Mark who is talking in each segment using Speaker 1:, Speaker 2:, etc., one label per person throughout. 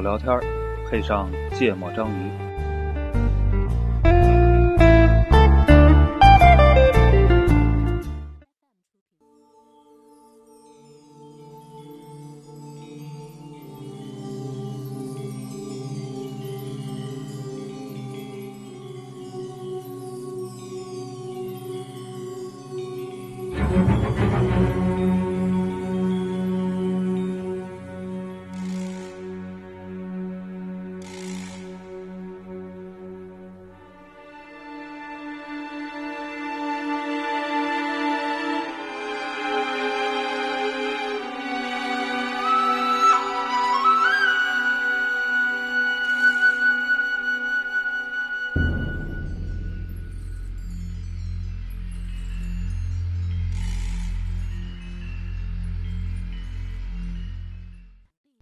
Speaker 1: 聊天儿，配上芥末章鱼。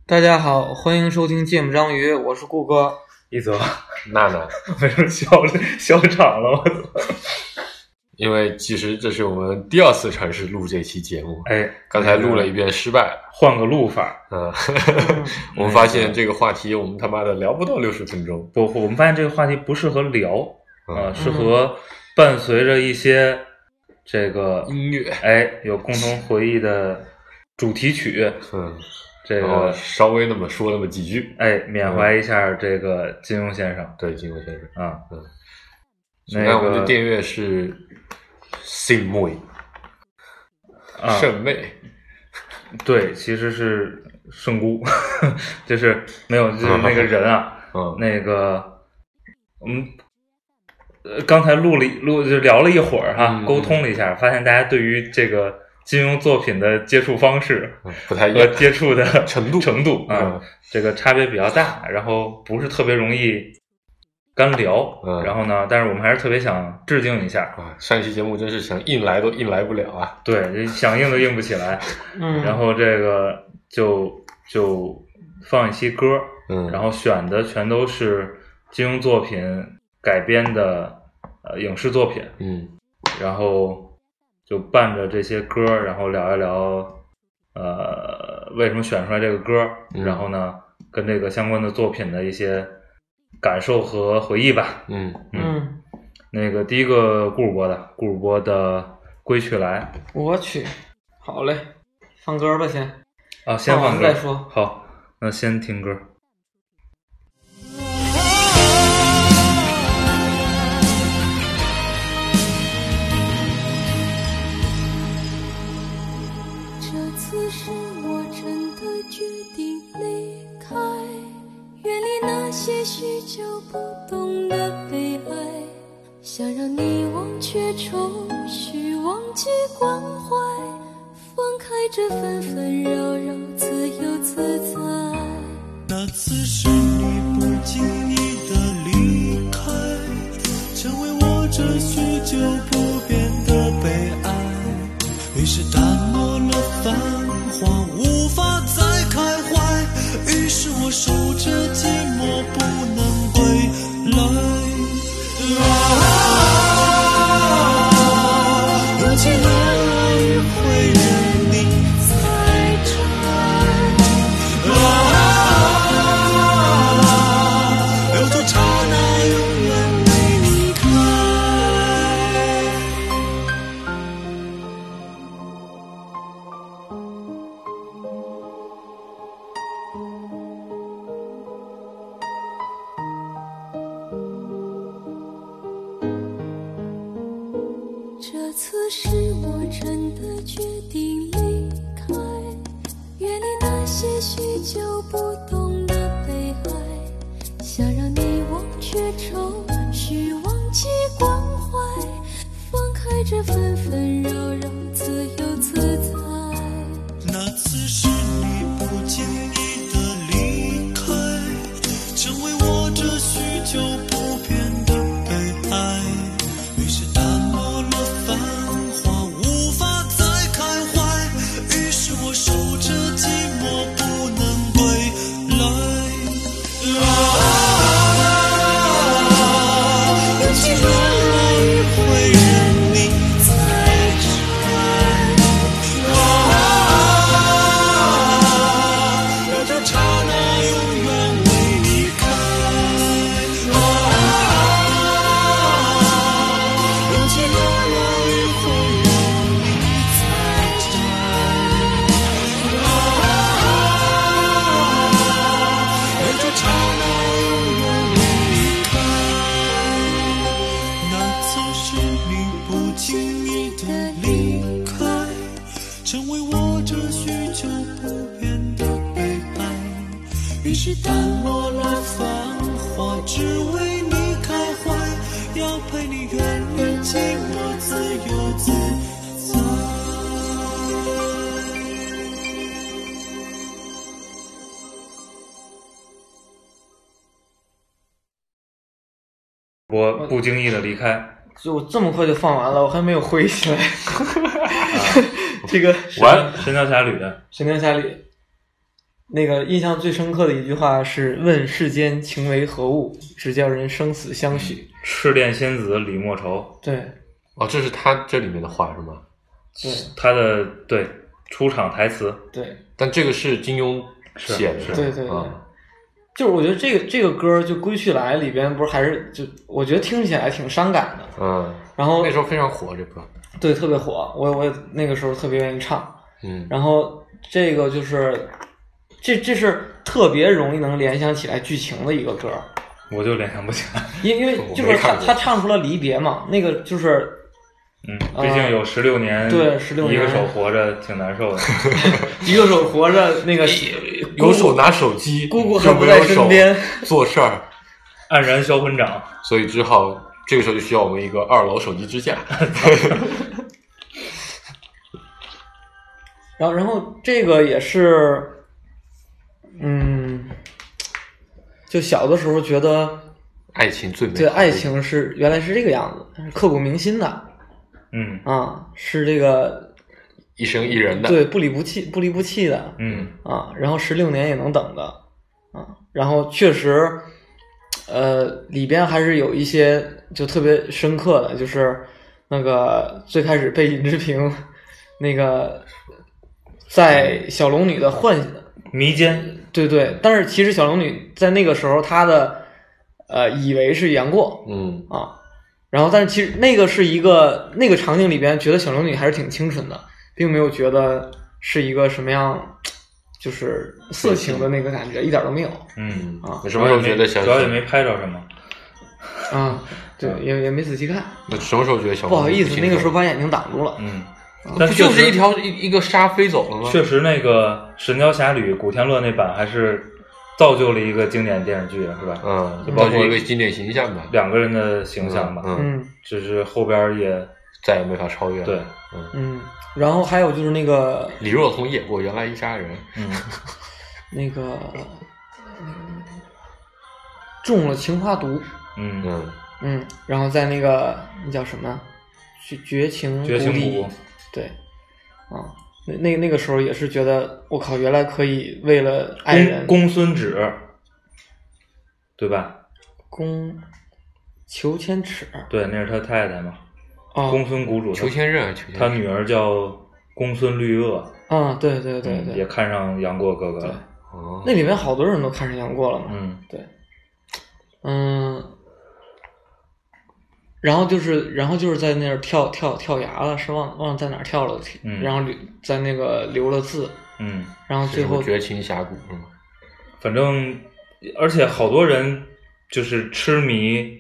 Speaker 2: 大家好，欢迎收听《芥末章鱼》，我是顾哥。
Speaker 3: 一 泽
Speaker 4: 娜娜，
Speaker 3: 为什么笑笑场了？我操！
Speaker 4: 因为其实这是我们第二次尝试录这期节目，
Speaker 3: 哎，
Speaker 4: 刚才录了一遍失败了。
Speaker 3: 换个录法。
Speaker 4: 嗯， 我们发现这个话题我们他妈的聊不到六十分钟。
Speaker 3: 不，我们发现这个话题不适合聊啊，
Speaker 4: 嗯，
Speaker 3: 适合伴随着一些这个
Speaker 4: 音乐，
Speaker 3: 哎有共同回忆的主题曲，
Speaker 4: 嗯，
Speaker 3: 这
Speaker 4: 然后
Speaker 3: 个
Speaker 4: 稍微那么说那么几句。
Speaker 3: 哎
Speaker 4: 嗯
Speaker 3: 缅怀一下这个金庸先生
Speaker 4: 对，金庸先生，
Speaker 3: 啊。
Speaker 4: 嗯，
Speaker 3: 那
Speaker 4: 那我们的
Speaker 3: 个
Speaker 4: 电乐是 Sing Moy
Speaker 3: 啊，
Speaker 4: 圣妹，
Speaker 3: 对，其实是圣姑， 就是没有， 就是那个人啊。
Speaker 4: 嗯，
Speaker 3: 那个，我们呃刚才录了一录就聊了一会儿哈，
Speaker 4: 嗯
Speaker 3: 沟通了一下，发现大家对于这个金庸作品的接触方式
Speaker 4: 嗯不太一
Speaker 3: 和
Speaker 4: 样。
Speaker 3: 接触的
Speaker 4: 程度
Speaker 3: 程度啊
Speaker 4: 嗯，
Speaker 3: 这个差别比较大，然后不是特别容易干聊。
Speaker 4: 嗯
Speaker 3: 然后呢，但是我们还是特别想致敬一下，
Speaker 4: 啊，上一期节目真是想硬来都硬来不了啊。
Speaker 3: 对，想硬都硬不起来。
Speaker 2: 嗯，
Speaker 3: 然后这个就就放一期歌，
Speaker 4: 嗯，
Speaker 3: 然后选的全都是金庸作品改编的呃影视作品，
Speaker 4: 嗯
Speaker 3: 然后就伴着这些歌，然后聊一聊呃为什么选出来这个歌，
Speaker 4: 嗯
Speaker 3: 然后呢跟这个相关的作品的一些感受和回忆吧。
Speaker 4: 嗯
Speaker 2: 嗯，
Speaker 3: 那个第一个顾主播的顾主播的《归去来
Speaker 2: 我去，好嘞，放歌吧先。》
Speaker 3: 啊，先放歌
Speaker 2: 哦放完再说
Speaker 3: 好，那先听歌。
Speaker 5: 这次是我真的决定离开，远离那些许久不懂的悲哀，想让你忘却愁绪，忘记关怀，放开这纷纷扰扰，自由自在。
Speaker 6: 那次是你不经意的离开，成为我这许久不变的悲哀。于是淡漠了繁华，无法再开怀。于是我守着寂寞，不能归来。啊，有情来与会，有你在这儿。啊，留住刹那，永远为你开。
Speaker 5: 这次是我真的决定离开，远离那些许久不懂的悲哀，想让你忘却愁绪，忘记关怀，放开这纷纷扰扰，自由自在。
Speaker 6: 那次是你不经意的离开，成为我这许久不变的悲哀。于是淡漠了繁华，无法再开怀。于是我守着寂寞，不能归来。啊，有情来与会，有你在这。啊，留住刹那，永远为
Speaker 3: 我不经意的离开。
Speaker 2: 就这么快就放完了，我还没有回忆起 来。这个
Speaker 3: 啊完，神雕侠侣的，
Speaker 2: 《神雕侠侣》，那个印象最深刻的一句话是“问世间情为何物，只叫人生死相许
Speaker 3: 赤练仙子李莫愁，”。
Speaker 2: 对
Speaker 4: 哦，这是他这里面的话是吗？
Speaker 2: 对
Speaker 3: 他的对出场台词，
Speaker 2: 对，
Speaker 4: 但这个是金庸
Speaker 3: 是
Speaker 4: 写的，
Speaker 3: 是
Speaker 2: 对对对
Speaker 4: 啊
Speaker 2: 就是我觉得这个这个歌就《归去来》里边不是还是就我觉得听起来挺伤感的，
Speaker 4: 嗯，
Speaker 2: 然后
Speaker 4: 那时候非常火这歌，
Speaker 2: 对特别火，我我也那个时候特别愿意唱。
Speaker 4: 嗯，
Speaker 2: 然后这个就是这这是特别容易能联想起来剧情的一个歌，
Speaker 3: 我就联想不起来。
Speaker 2: 因因为
Speaker 4: 我
Speaker 2: 就
Speaker 4: 没
Speaker 2: 是他
Speaker 4: 看过
Speaker 2: 他唱出了离别嘛，那个就是
Speaker 3: 嗯，
Speaker 2: 啊
Speaker 3: 毕竟有十六年，
Speaker 2: 对16年
Speaker 3: 一个手活着挺难受的。
Speaker 2: 一个手活着，那个
Speaker 4: 有手拿手机，
Speaker 2: 姑姑
Speaker 4: 就
Speaker 2: 还不
Speaker 4: 没
Speaker 2: 在
Speaker 4: 有
Speaker 2: 身
Speaker 4: 手
Speaker 2: 边
Speaker 4: 做事儿，
Speaker 3: 黯然销魂掌，
Speaker 4: 所以只好这个时候就需要我们一个二楼手机支架。
Speaker 2: 然后，然后这个也是，嗯，就小的时候觉得
Speaker 4: 爱情最美好
Speaker 2: 对爱，情是原来是这个样子，是刻骨铭心的
Speaker 3: 嗯
Speaker 2: 啊，是这个
Speaker 4: 一生一人的，
Speaker 2: 对不离不弃不离不弃的
Speaker 3: 嗯，
Speaker 2: 啊，然后十六年也能等的啊，然后确实，呃，里边还是有一些就特别深刻的，就是那个最开始被尹志平那个在小龙女的幻。
Speaker 3: 迷奸，
Speaker 2: 对对，但是其实小龙女在那个时候她的呃以为是杨过
Speaker 4: 嗯，
Speaker 2: 啊，然后但是其实那个是一个那个场景里边，觉得小龙女还是挺清纯的，并没有觉得是一个什么样就是色情的那个感觉，一点都没有
Speaker 3: 嗯，
Speaker 2: 啊
Speaker 4: 你什么时候觉得小
Speaker 3: 主要也没拍着什么，
Speaker 2: 啊，对，也也没仔细看，
Speaker 4: 那什么时候觉得小
Speaker 2: 不好意思，那个时候
Speaker 4: 不
Speaker 2: 把眼睛挡住了，
Speaker 3: 嗯，
Speaker 2: 啊
Speaker 3: 但
Speaker 4: 不
Speaker 3: 确
Speaker 4: 就是
Speaker 3: 实
Speaker 4: 一条一一个沙飞走了吗？
Speaker 3: 确实那个《神雕侠侣》古天乐那版还是造就了一个经典电视剧，是吧？
Speaker 4: 嗯，
Speaker 3: 就
Speaker 4: 包
Speaker 3: 包括
Speaker 4: 括一个经典形象吧，
Speaker 3: 两个人的形象吧，
Speaker 4: 嗯，
Speaker 2: 嗯
Speaker 3: 只是后边也
Speaker 4: 再也没法超越。
Speaker 3: 对，，
Speaker 4: 嗯，
Speaker 2: 嗯，然后还有就是那个
Speaker 4: 李若彤演过《原来一家人》，
Speaker 3: 嗯，
Speaker 2: 那个。嗯中了氰化毒，
Speaker 3: 嗯，
Speaker 4: 嗯，
Speaker 2: 嗯，然后在那个那叫什么绝绝情
Speaker 3: 绝情
Speaker 2: 谷
Speaker 3: 谷
Speaker 2: 底，，对，啊，那那那个时候也是觉得我靠，原来可以为了爱人
Speaker 3: 公公孙止，对吧？
Speaker 2: 公求千尺
Speaker 3: 对，那是他太太嘛，
Speaker 4: 哦
Speaker 2: 啊
Speaker 3: 公孙谷主，
Speaker 4: 裘千仞，啊
Speaker 2: 嗯
Speaker 4: 裘千
Speaker 3: 他
Speaker 4: 仞，
Speaker 3: 女儿叫公孙绿萼，
Speaker 2: 啊，对对对
Speaker 3: 嗯也
Speaker 2: 对，
Speaker 3: 看上杨过哥哥了，
Speaker 4: 哦
Speaker 2: 那里面好多人都看上杨过了嘛，
Speaker 3: 嗯
Speaker 2: 对，嗯，然后就是然后就是在那儿跳跳跳崖了，是忘忘了在哪儿跳了，
Speaker 3: 嗯
Speaker 2: 然后留在那个留了字，
Speaker 3: 嗯，
Speaker 2: 然后最
Speaker 4: 什么
Speaker 2: 后
Speaker 4: 绝情峡谷是吗？
Speaker 3: 反正而且好多人就是痴迷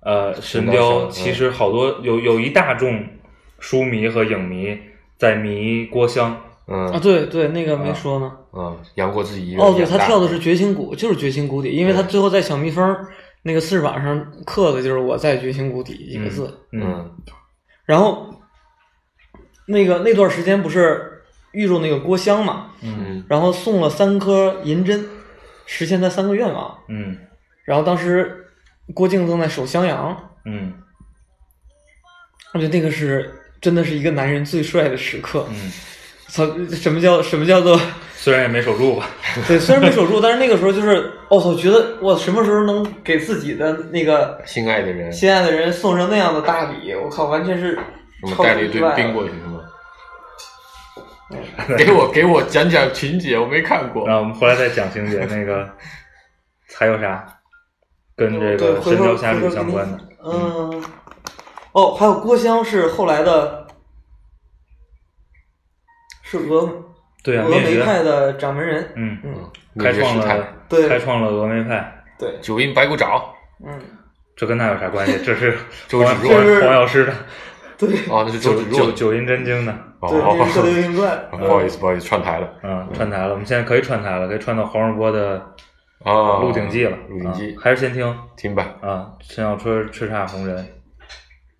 Speaker 3: 呃《神
Speaker 4: 神
Speaker 3: 雕
Speaker 2: 嗯
Speaker 4: 雕》，
Speaker 3: 其实好多有有一大众书迷和影迷在迷郭襄，
Speaker 2: 啊，
Speaker 4: 嗯
Speaker 2: 对对，那个没说呢。
Speaker 4: 嗯，杨过自己一个人
Speaker 2: 哦，对，他
Speaker 4: 演大
Speaker 2: 跳的是绝情谷，就是绝情谷底，因为他
Speaker 4: 对
Speaker 2: 最后在小蜜蜂儿那个翅膀上刻的就是“我在绝情谷底”一个字。
Speaker 3: 嗯
Speaker 4: 嗯
Speaker 2: 然后，那个那段时间不是遇着那个郭襄嘛，
Speaker 3: 嗯
Speaker 2: 然后送了三颗银针，实现他三个愿望。
Speaker 3: 嗯
Speaker 2: 然后当时郭靖正在守襄阳，
Speaker 3: 嗯
Speaker 2: 我觉得那个是真的是一个男人最帅的时刻。
Speaker 3: 嗯，
Speaker 2: 操，什么叫什么叫做？
Speaker 3: 虽然也没守 住吧，
Speaker 2: 对，虽然没守住，但是那个时候就是，哦我、操，觉得我什么时候能给自己的那个
Speaker 4: 心爱的人，什
Speaker 2: 心爱的人送上那样的大礼，我靠，完全是
Speaker 4: 么
Speaker 2: 超
Speaker 4: 带
Speaker 2: 出
Speaker 4: 了一
Speaker 2: 意
Speaker 4: 堆
Speaker 2: 外
Speaker 4: 兵
Speaker 2: 了
Speaker 4: 过 去是吗？给我给我讲讲情节，我没看过。
Speaker 3: 那我们回来再讲情节，那个还有啥跟这
Speaker 2: 对
Speaker 3: 个《
Speaker 2: 回
Speaker 3: 神
Speaker 2: 头
Speaker 3: 雕侠侣
Speaker 2: 回》头
Speaker 3: 相
Speaker 2: 给
Speaker 3: 关
Speaker 2: 你
Speaker 3: 的？
Speaker 2: 嗯，哦，还有郭襄是后来的，是峨
Speaker 3: 对啊，
Speaker 2: 峨
Speaker 3: 灭
Speaker 2: 眉派
Speaker 3: 绝，
Speaker 2: 的掌门人，
Speaker 3: 嗯，
Speaker 2: 嗯，
Speaker 3: 开创
Speaker 4: 灭绝师
Speaker 3: 了
Speaker 4: 太
Speaker 2: 对
Speaker 3: 开创了峨眉派，
Speaker 2: 对，
Speaker 4: 九阴白骨爪，
Speaker 2: 嗯，
Speaker 3: 这跟那有啥关系？这是
Speaker 4: 周芷若
Speaker 3: 黄黄药师的
Speaker 2: 对，
Speaker 4: 哦，那是周
Speaker 3: 九
Speaker 4: 芷若
Speaker 3: 九。九阴真经的，
Speaker 4: 哦
Speaker 2: 对，那是《射雕英雄传》，
Speaker 4: 不好意思，不好意思，串台了
Speaker 3: 嗯，串台了，我们现在可以串台了，可以串到黄世波的《
Speaker 4: 啊！《
Speaker 3: 鹿鼎记》了，
Speaker 4: 鹿鼎记
Speaker 3: 啊》还是先听
Speaker 4: 听吧，
Speaker 3: 啊，陈小春叱咤红人，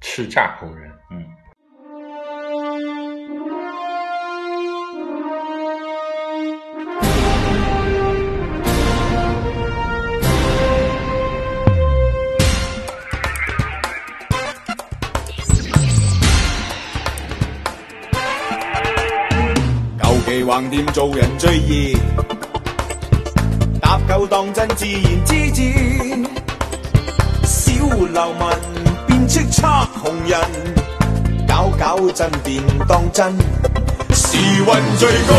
Speaker 4: 叱咤红人。
Speaker 3: 嗯，
Speaker 5: 我
Speaker 7: 横掂做人最易，搭救当真自然之至。小流氓变叱咤红人，搞搞震便当真。时运最高，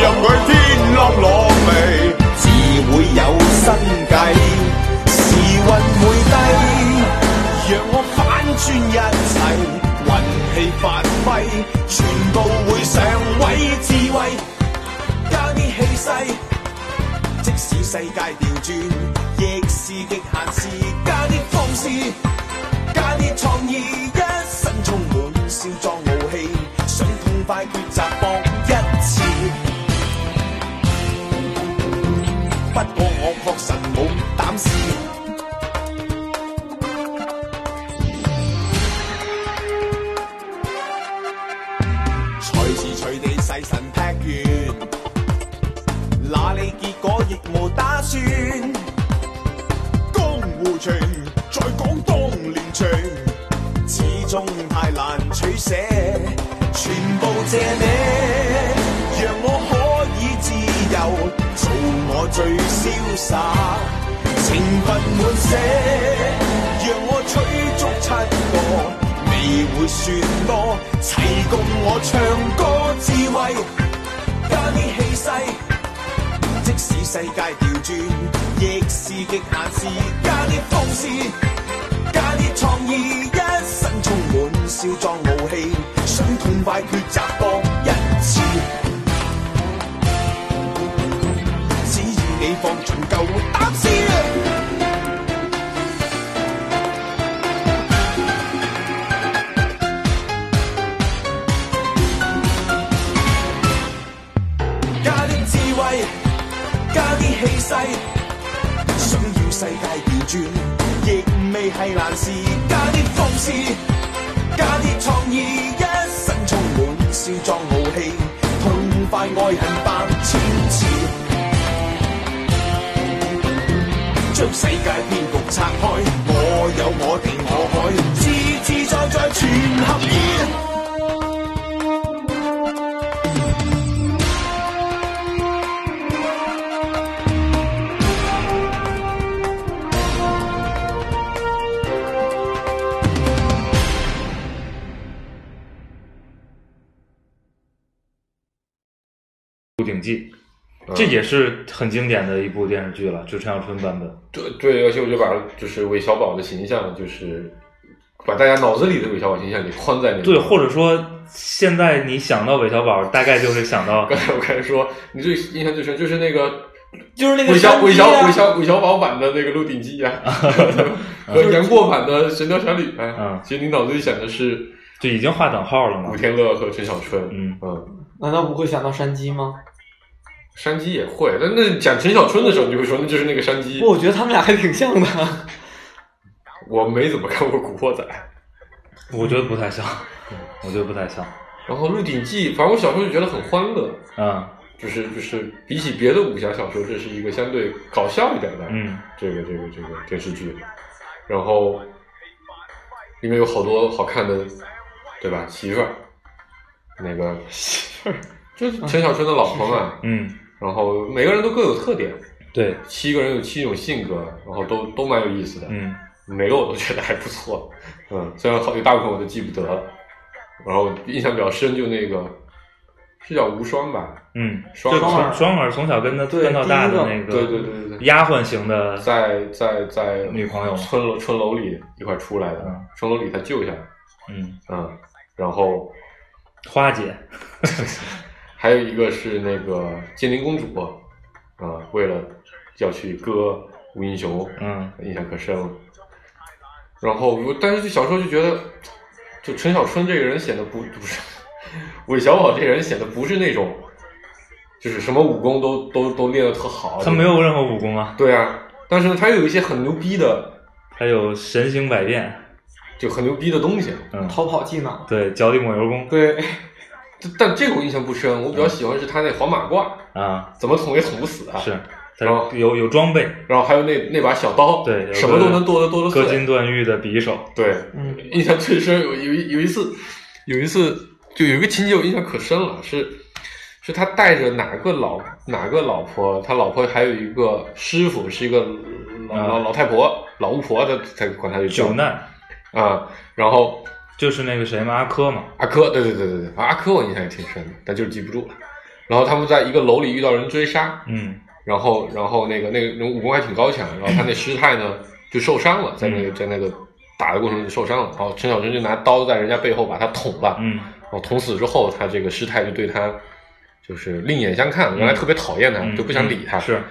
Speaker 7: 任佢天朗朗味，自会有新计。时运会低，让我反转一切。运气发挥，全部会上位，智慧加啲气势。即使世界調轉，亦是極限時，加啲放肆，加啲創意，一身充滿少壯傲氣，想痛快抉擇搏一次。不過我確實冇膽試。隨時隨地細神劈完，哪里結果亦無打算。江湖情再講當年情，始終太難取捨，全部借你，讓我可以自由，做我最瀟灑，情份滿寫，讓我取足七個。未會算多，齊共我唱歌智慧，加啲氣勢。即使世界調轉，亦是極限時，加啲放肆，加啲創意，一身充滿少壯傲氣，想痛快抉擇搏一次。只要你放盡夠膽先。加啲智慧，加啲氣勢，想要世界調轉，亦未係難事。加啲放肆，加啲創意，一身充滿少壯傲氣，痛快愛恨百千次，將世界騙局拆開，我有我地我海，自自在在全合意。
Speaker 3: 《鹿鼎记》，这也是很经典的一部电视剧了，就陈小春版本。
Speaker 4: 对对，而且我就把就是韦小宝的形象，就是把大家脑子里的韦小宝形象给框在那里。
Speaker 3: 对，或者说现在你想到韦小宝，大概就会想到
Speaker 4: 刚才我开始说，你最印象最深就是那个
Speaker 2: 就是那个
Speaker 4: 韦小
Speaker 2: 山
Speaker 4: 韦
Speaker 2: 鸡啊
Speaker 4: 小韦小韦小宝版的那个《鹿鼎记》啊，和杨过版的《神雕侠侣》啊
Speaker 3: 嗯。
Speaker 4: 其实你脑子里想的是
Speaker 3: 就已经划等号了
Speaker 4: 古
Speaker 2: 嗯
Speaker 3: 嘛。
Speaker 4: 天乐和陈小春，
Speaker 3: 嗯
Speaker 4: 嗯，
Speaker 2: 难道不会想到山鸡吗？
Speaker 4: 山鸡也会，但那讲陈小春的时候，你就会说那就是那个山鸡
Speaker 2: 不，。我觉得他们俩还挺像的。
Speaker 4: 我没怎么看过《古惑仔》，
Speaker 3: 我觉得不太像，嗯我觉得不太像。
Speaker 4: 然后《鹿鼎记》，反正我小时候就觉得很欢乐，
Speaker 3: 嗯
Speaker 4: 就是就是比起别的武侠小说，这是一个相对搞笑一点的，
Speaker 3: 嗯，
Speaker 4: 这个这个这个电视剧，然后里面有好多好看的，对吧？媳妇儿，那个 媳妇儿，就是陈小春的老婆嘛。
Speaker 3: 嗯，
Speaker 4: 然后每个人都各有特点，
Speaker 3: 对，
Speaker 4: 七个人有七种性格，然后都都蛮有意思的。
Speaker 3: 嗯
Speaker 4: 每个我都觉得还不错，嗯，虽然好有大部分我都记不得了。然后印象比较深就那个是叫无双吧，
Speaker 3: 嗯，
Speaker 4: 双
Speaker 3: 就
Speaker 4: 儿
Speaker 3: 从双儿从小跟他
Speaker 2: 对
Speaker 3: 跟到大
Speaker 2: 第
Speaker 3: 的
Speaker 2: 一
Speaker 3: 那个，
Speaker 4: 对对对对对，
Speaker 3: 丫鬟型的，
Speaker 4: 在在在
Speaker 3: 女朋友
Speaker 4: 春楼春楼里一块出来的，
Speaker 3: 嗯
Speaker 4: 春楼里他救下来，
Speaker 3: 嗯，
Speaker 4: 嗯，然后
Speaker 3: 花姐，
Speaker 4: 还有一个是那个建宁公主，啊、为了要去割吴英雄，
Speaker 3: 嗯
Speaker 4: 印象可深了。然后我但是就小时候就觉得，就陈小春这个人显得不不是，韦小宝这个人显得不是那种，就是什么武功都都都练得特好，
Speaker 3: 她没有任何武功啊，
Speaker 4: 对啊，但是呢，他又有一些很牛逼的，
Speaker 3: 还有神行百变，
Speaker 4: 就很牛逼的东西。
Speaker 3: 嗯，
Speaker 2: 逃跑技能，
Speaker 3: 对，脚底抹油功
Speaker 2: 对，
Speaker 4: 但但这个我印象不深，我比较喜欢是他那黄马褂，
Speaker 3: 啊，
Speaker 4: 怎么捅也捅不死啊。
Speaker 3: 是，她
Speaker 4: 然后
Speaker 3: 有有装备，
Speaker 4: 然后还有那那把小刀，
Speaker 3: 对有个
Speaker 4: 什么都能剁得剁得
Speaker 3: 割金
Speaker 4: 碎。
Speaker 3: 断玉的匕首，
Speaker 4: 对，
Speaker 2: 嗯，
Speaker 4: 印象最深有有一有一次，有一次就有一个情节我印象可深了，是是他带着哪个老哪个老婆，他老婆还有一个师傅是一个老
Speaker 3: 啊
Speaker 4: 老老太婆、老巫婆，他他管他叫
Speaker 3: 九难
Speaker 4: 啊、然后
Speaker 3: 就是那个谁嘛，阿珂嘛，
Speaker 4: 阿珂，对对对对对，阿珂我印象也挺深的，但就是记不住了。然后他们在一个楼里遇到人追杀，
Speaker 3: 嗯
Speaker 4: 然后然后那个那个那个武功还挺高强，然后他那师太呢就受伤了，在那
Speaker 3: 嗯
Speaker 4: 个在那个打的过程中就受伤了，然后陈小春就拿刀在人家背后把他捅了，
Speaker 3: 嗯
Speaker 4: 然后捅死之后，他这个师太就对他就是另眼相看，原来特别讨厌他，
Speaker 3: 嗯，
Speaker 4: 哎就不想理他。
Speaker 3: 嗯是，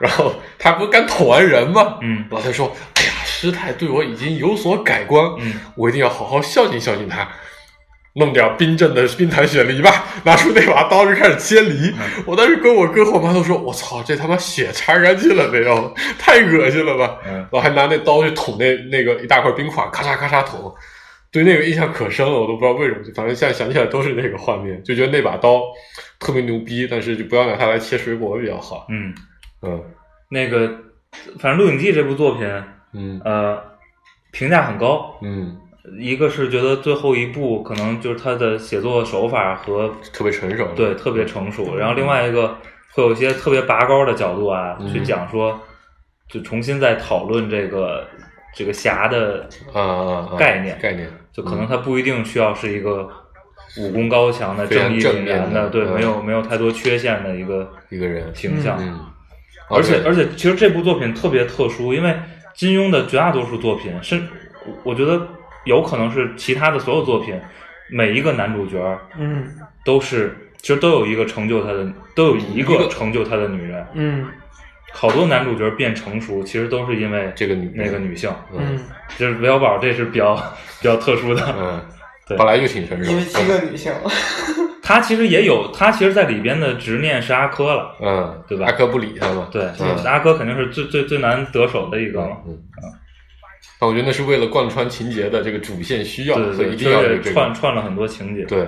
Speaker 4: 然后他不是刚捅完人吗？
Speaker 3: 嗯
Speaker 4: 老太说：“哎呀，师太对我已经有所改观，
Speaker 3: 嗯
Speaker 4: 我一定要好好孝敬孝敬他。”弄点冰镇的冰糖雪梨吧，拿出那把刀就开始切梨。
Speaker 3: 嗯
Speaker 4: 我当时跟我哥和我妈都说：“我操，这他妈血擦干净了没有？太恶心了吧！”
Speaker 3: 嗯
Speaker 4: 然后还拿那刀去捅那那个一大块冰块，咔嚓咔嚓捅，对那个印象可深了，我都不知道为什么，就反正现在想起来都是那个画面，就觉得那把刀特别牛逼，但是就不要拿它来切水果比较好。
Speaker 3: 嗯，
Speaker 4: 嗯
Speaker 3: 那个反正《鹿鼎记》这部作品，
Speaker 4: 嗯
Speaker 3: 呃，评价很高。
Speaker 4: 嗯，
Speaker 3: 一个是觉得最后一部可能就是他的写作手法和
Speaker 4: 特别成熟。嗯
Speaker 3: 对，特别成熟，然后另外一个会有一些特别拔高的角度啊，
Speaker 4: 嗯
Speaker 3: 去讲说，就重新再讨论这个这个侠的，
Speaker 4: 啊啊啊！
Speaker 3: 概念
Speaker 4: 概念，
Speaker 3: 就可
Speaker 4: 嗯
Speaker 3: 能他不一定需要是一个武功高强的、
Speaker 4: 非常
Speaker 3: 正义
Speaker 4: 正
Speaker 3: 凛
Speaker 4: 面
Speaker 3: 然
Speaker 4: 的
Speaker 3: 对，
Speaker 4: 嗯
Speaker 3: 没有没有太多缺陷的一个
Speaker 4: 一个人
Speaker 3: 形象。
Speaker 4: 嗯，
Speaker 3: 而且
Speaker 4: 对
Speaker 3: 而且，其实这部作品特别特殊，因为金庸的绝大多数作品，甚我我觉得有可能是其他的所有作品，每一个男主角
Speaker 2: 嗯
Speaker 3: 都是其实都有一个成就他的，都有一
Speaker 4: 嗯一个
Speaker 3: 个成就他的女人。
Speaker 2: 嗯
Speaker 3: 好多男主角变成熟，其实都是因为
Speaker 4: 这个女
Speaker 3: 那个女性，
Speaker 4: 嗯
Speaker 2: 嗯，
Speaker 3: 就是韦小宝，这是比较 比较特殊的。
Speaker 4: 嗯，
Speaker 3: 对
Speaker 4: 本来就挺成熟
Speaker 2: 因为，七个女性，
Speaker 3: 他其实也有，他其实，在里边的执念是阿珂了，
Speaker 4: 嗯，
Speaker 3: 对吧
Speaker 4: 阿珂不理他嘛，
Speaker 3: 对，
Speaker 4: 嗯
Speaker 3: 阿珂肯定是最最最难得手的一个嘛，
Speaker 4: 嗯。但我觉得那是为了贯穿情节的这个主线需要，
Speaker 3: 对
Speaker 4: 所
Speaker 3: 对
Speaker 4: 以一
Speaker 3: 对，
Speaker 4: 定要有
Speaker 3: 确
Speaker 4: 这
Speaker 3: 实
Speaker 4: 个
Speaker 3: 串。串了很多情节，
Speaker 4: 对，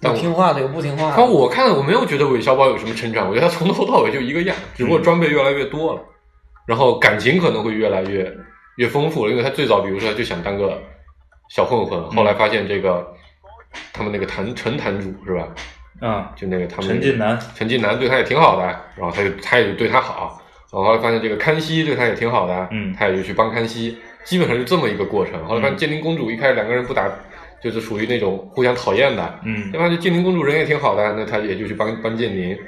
Speaker 4: 但
Speaker 2: 有
Speaker 4: 我
Speaker 2: 听话的，有不听话
Speaker 4: 但
Speaker 2: 的。
Speaker 4: 我看我没有觉得韦小宝有什么成长，我觉得他从头到尾就一个样，只
Speaker 3: 嗯
Speaker 4: 不过装备越来越多了，然后感情可能会越来越越丰富了，因为他最早比如说他就想当个小混混，后
Speaker 3: 嗯
Speaker 4: 来发现这个他们那个坛陈坛主是吧？
Speaker 3: 啊，
Speaker 4: 就那个他们那
Speaker 3: 陈
Speaker 4: 个
Speaker 3: 近南，
Speaker 4: 陈近南对他也挺好的，然后他就他也就对他好，然后后来发现这个康熙对他也挺好的，
Speaker 3: 嗯
Speaker 4: 他也就去帮康熙，基本上就这么一个过程。后来发现
Speaker 3: 嗯
Speaker 4: 建宁公主一开始两个人不打，就是属于那种互相讨厌的，
Speaker 3: 嗯
Speaker 4: 要不然就建宁公主人也挺好的，那他也就去帮帮建宁，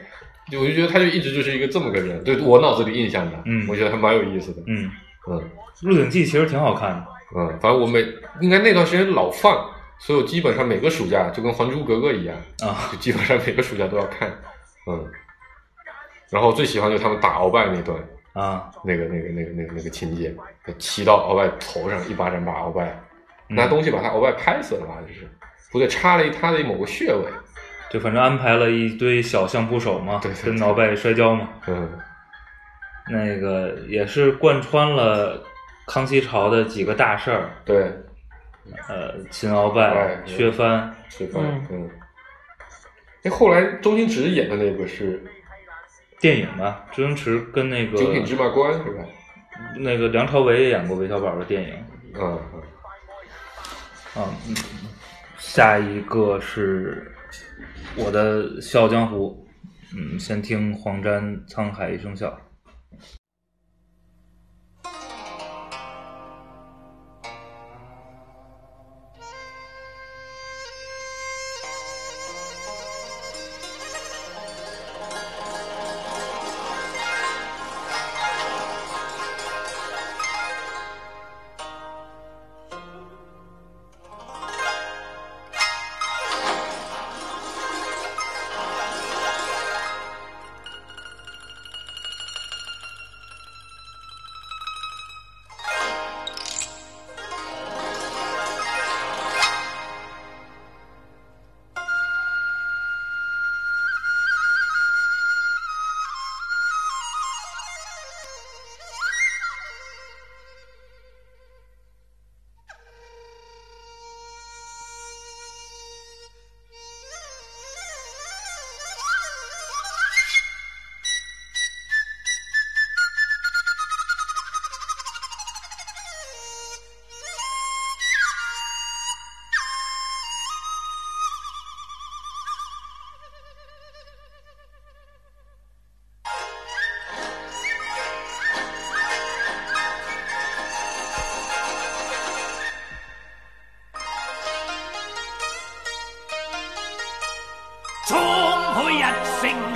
Speaker 4: 就我就觉得他就一直就是一个这么个人，对我脑子里印象的，
Speaker 3: 嗯
Speaker 4: 我觉得还蛮有意思的，
Speaker 3: 嗯，《
Speaker 4: 嗯
Speaker 3: 鹿鼎记》其实挺好看的，
Speaker 4: 嗯，反正我每应该那段时间老放，所以我基本上每个暑假就跟《还珠格格》一样，
Speaker 3: 啊，
Speaker 4: 就基本上每个暑假都要看，嗯。然后最喜欢就是他们打鳌拜那段，
Speaker 3: 啊，
Speaker 4: 那个、那个、那个、那个、那个情节，就骑到鳌拜头上，一巴掌把鳌拜、
Speaker 3: 嗯
Speaker 4: 拿东西把他鳌拜拍死了吧，就是不对，插了一他的某个穴位，
Speaker 3: 就反正安排了一堆小相扑手嘛，
Speaker 4: 对对对
Speaker 3: 跟鳌拜摔跤嘛，
Speaker 4: 嗯
Speaker 3: 那个也是贯穿了康熙朝的几个大事儿，
Speaker 4: 对，
Speaker 3: 呃，秦鳌拜、
Speaker 4: 哎对
Speaker 3: 薛蟠，
Speaker 4: 是吧？嗯。哎，后来周星驰演的那个是
Speaker 3: 电影吧，周星驰跟那
Speaker 4: 《
Speaker 3: 个
Speaker 4: 九品芝麻官》是吧？
Speaker 3: 那个梁朝伟也演过韦小宝的电影
Speaker 4: 嗯，嗯
Speaker 3: 啊、嗯。下一个是我的《笑傲江湖》，嗯，先听黄沾《沧海一声笑》。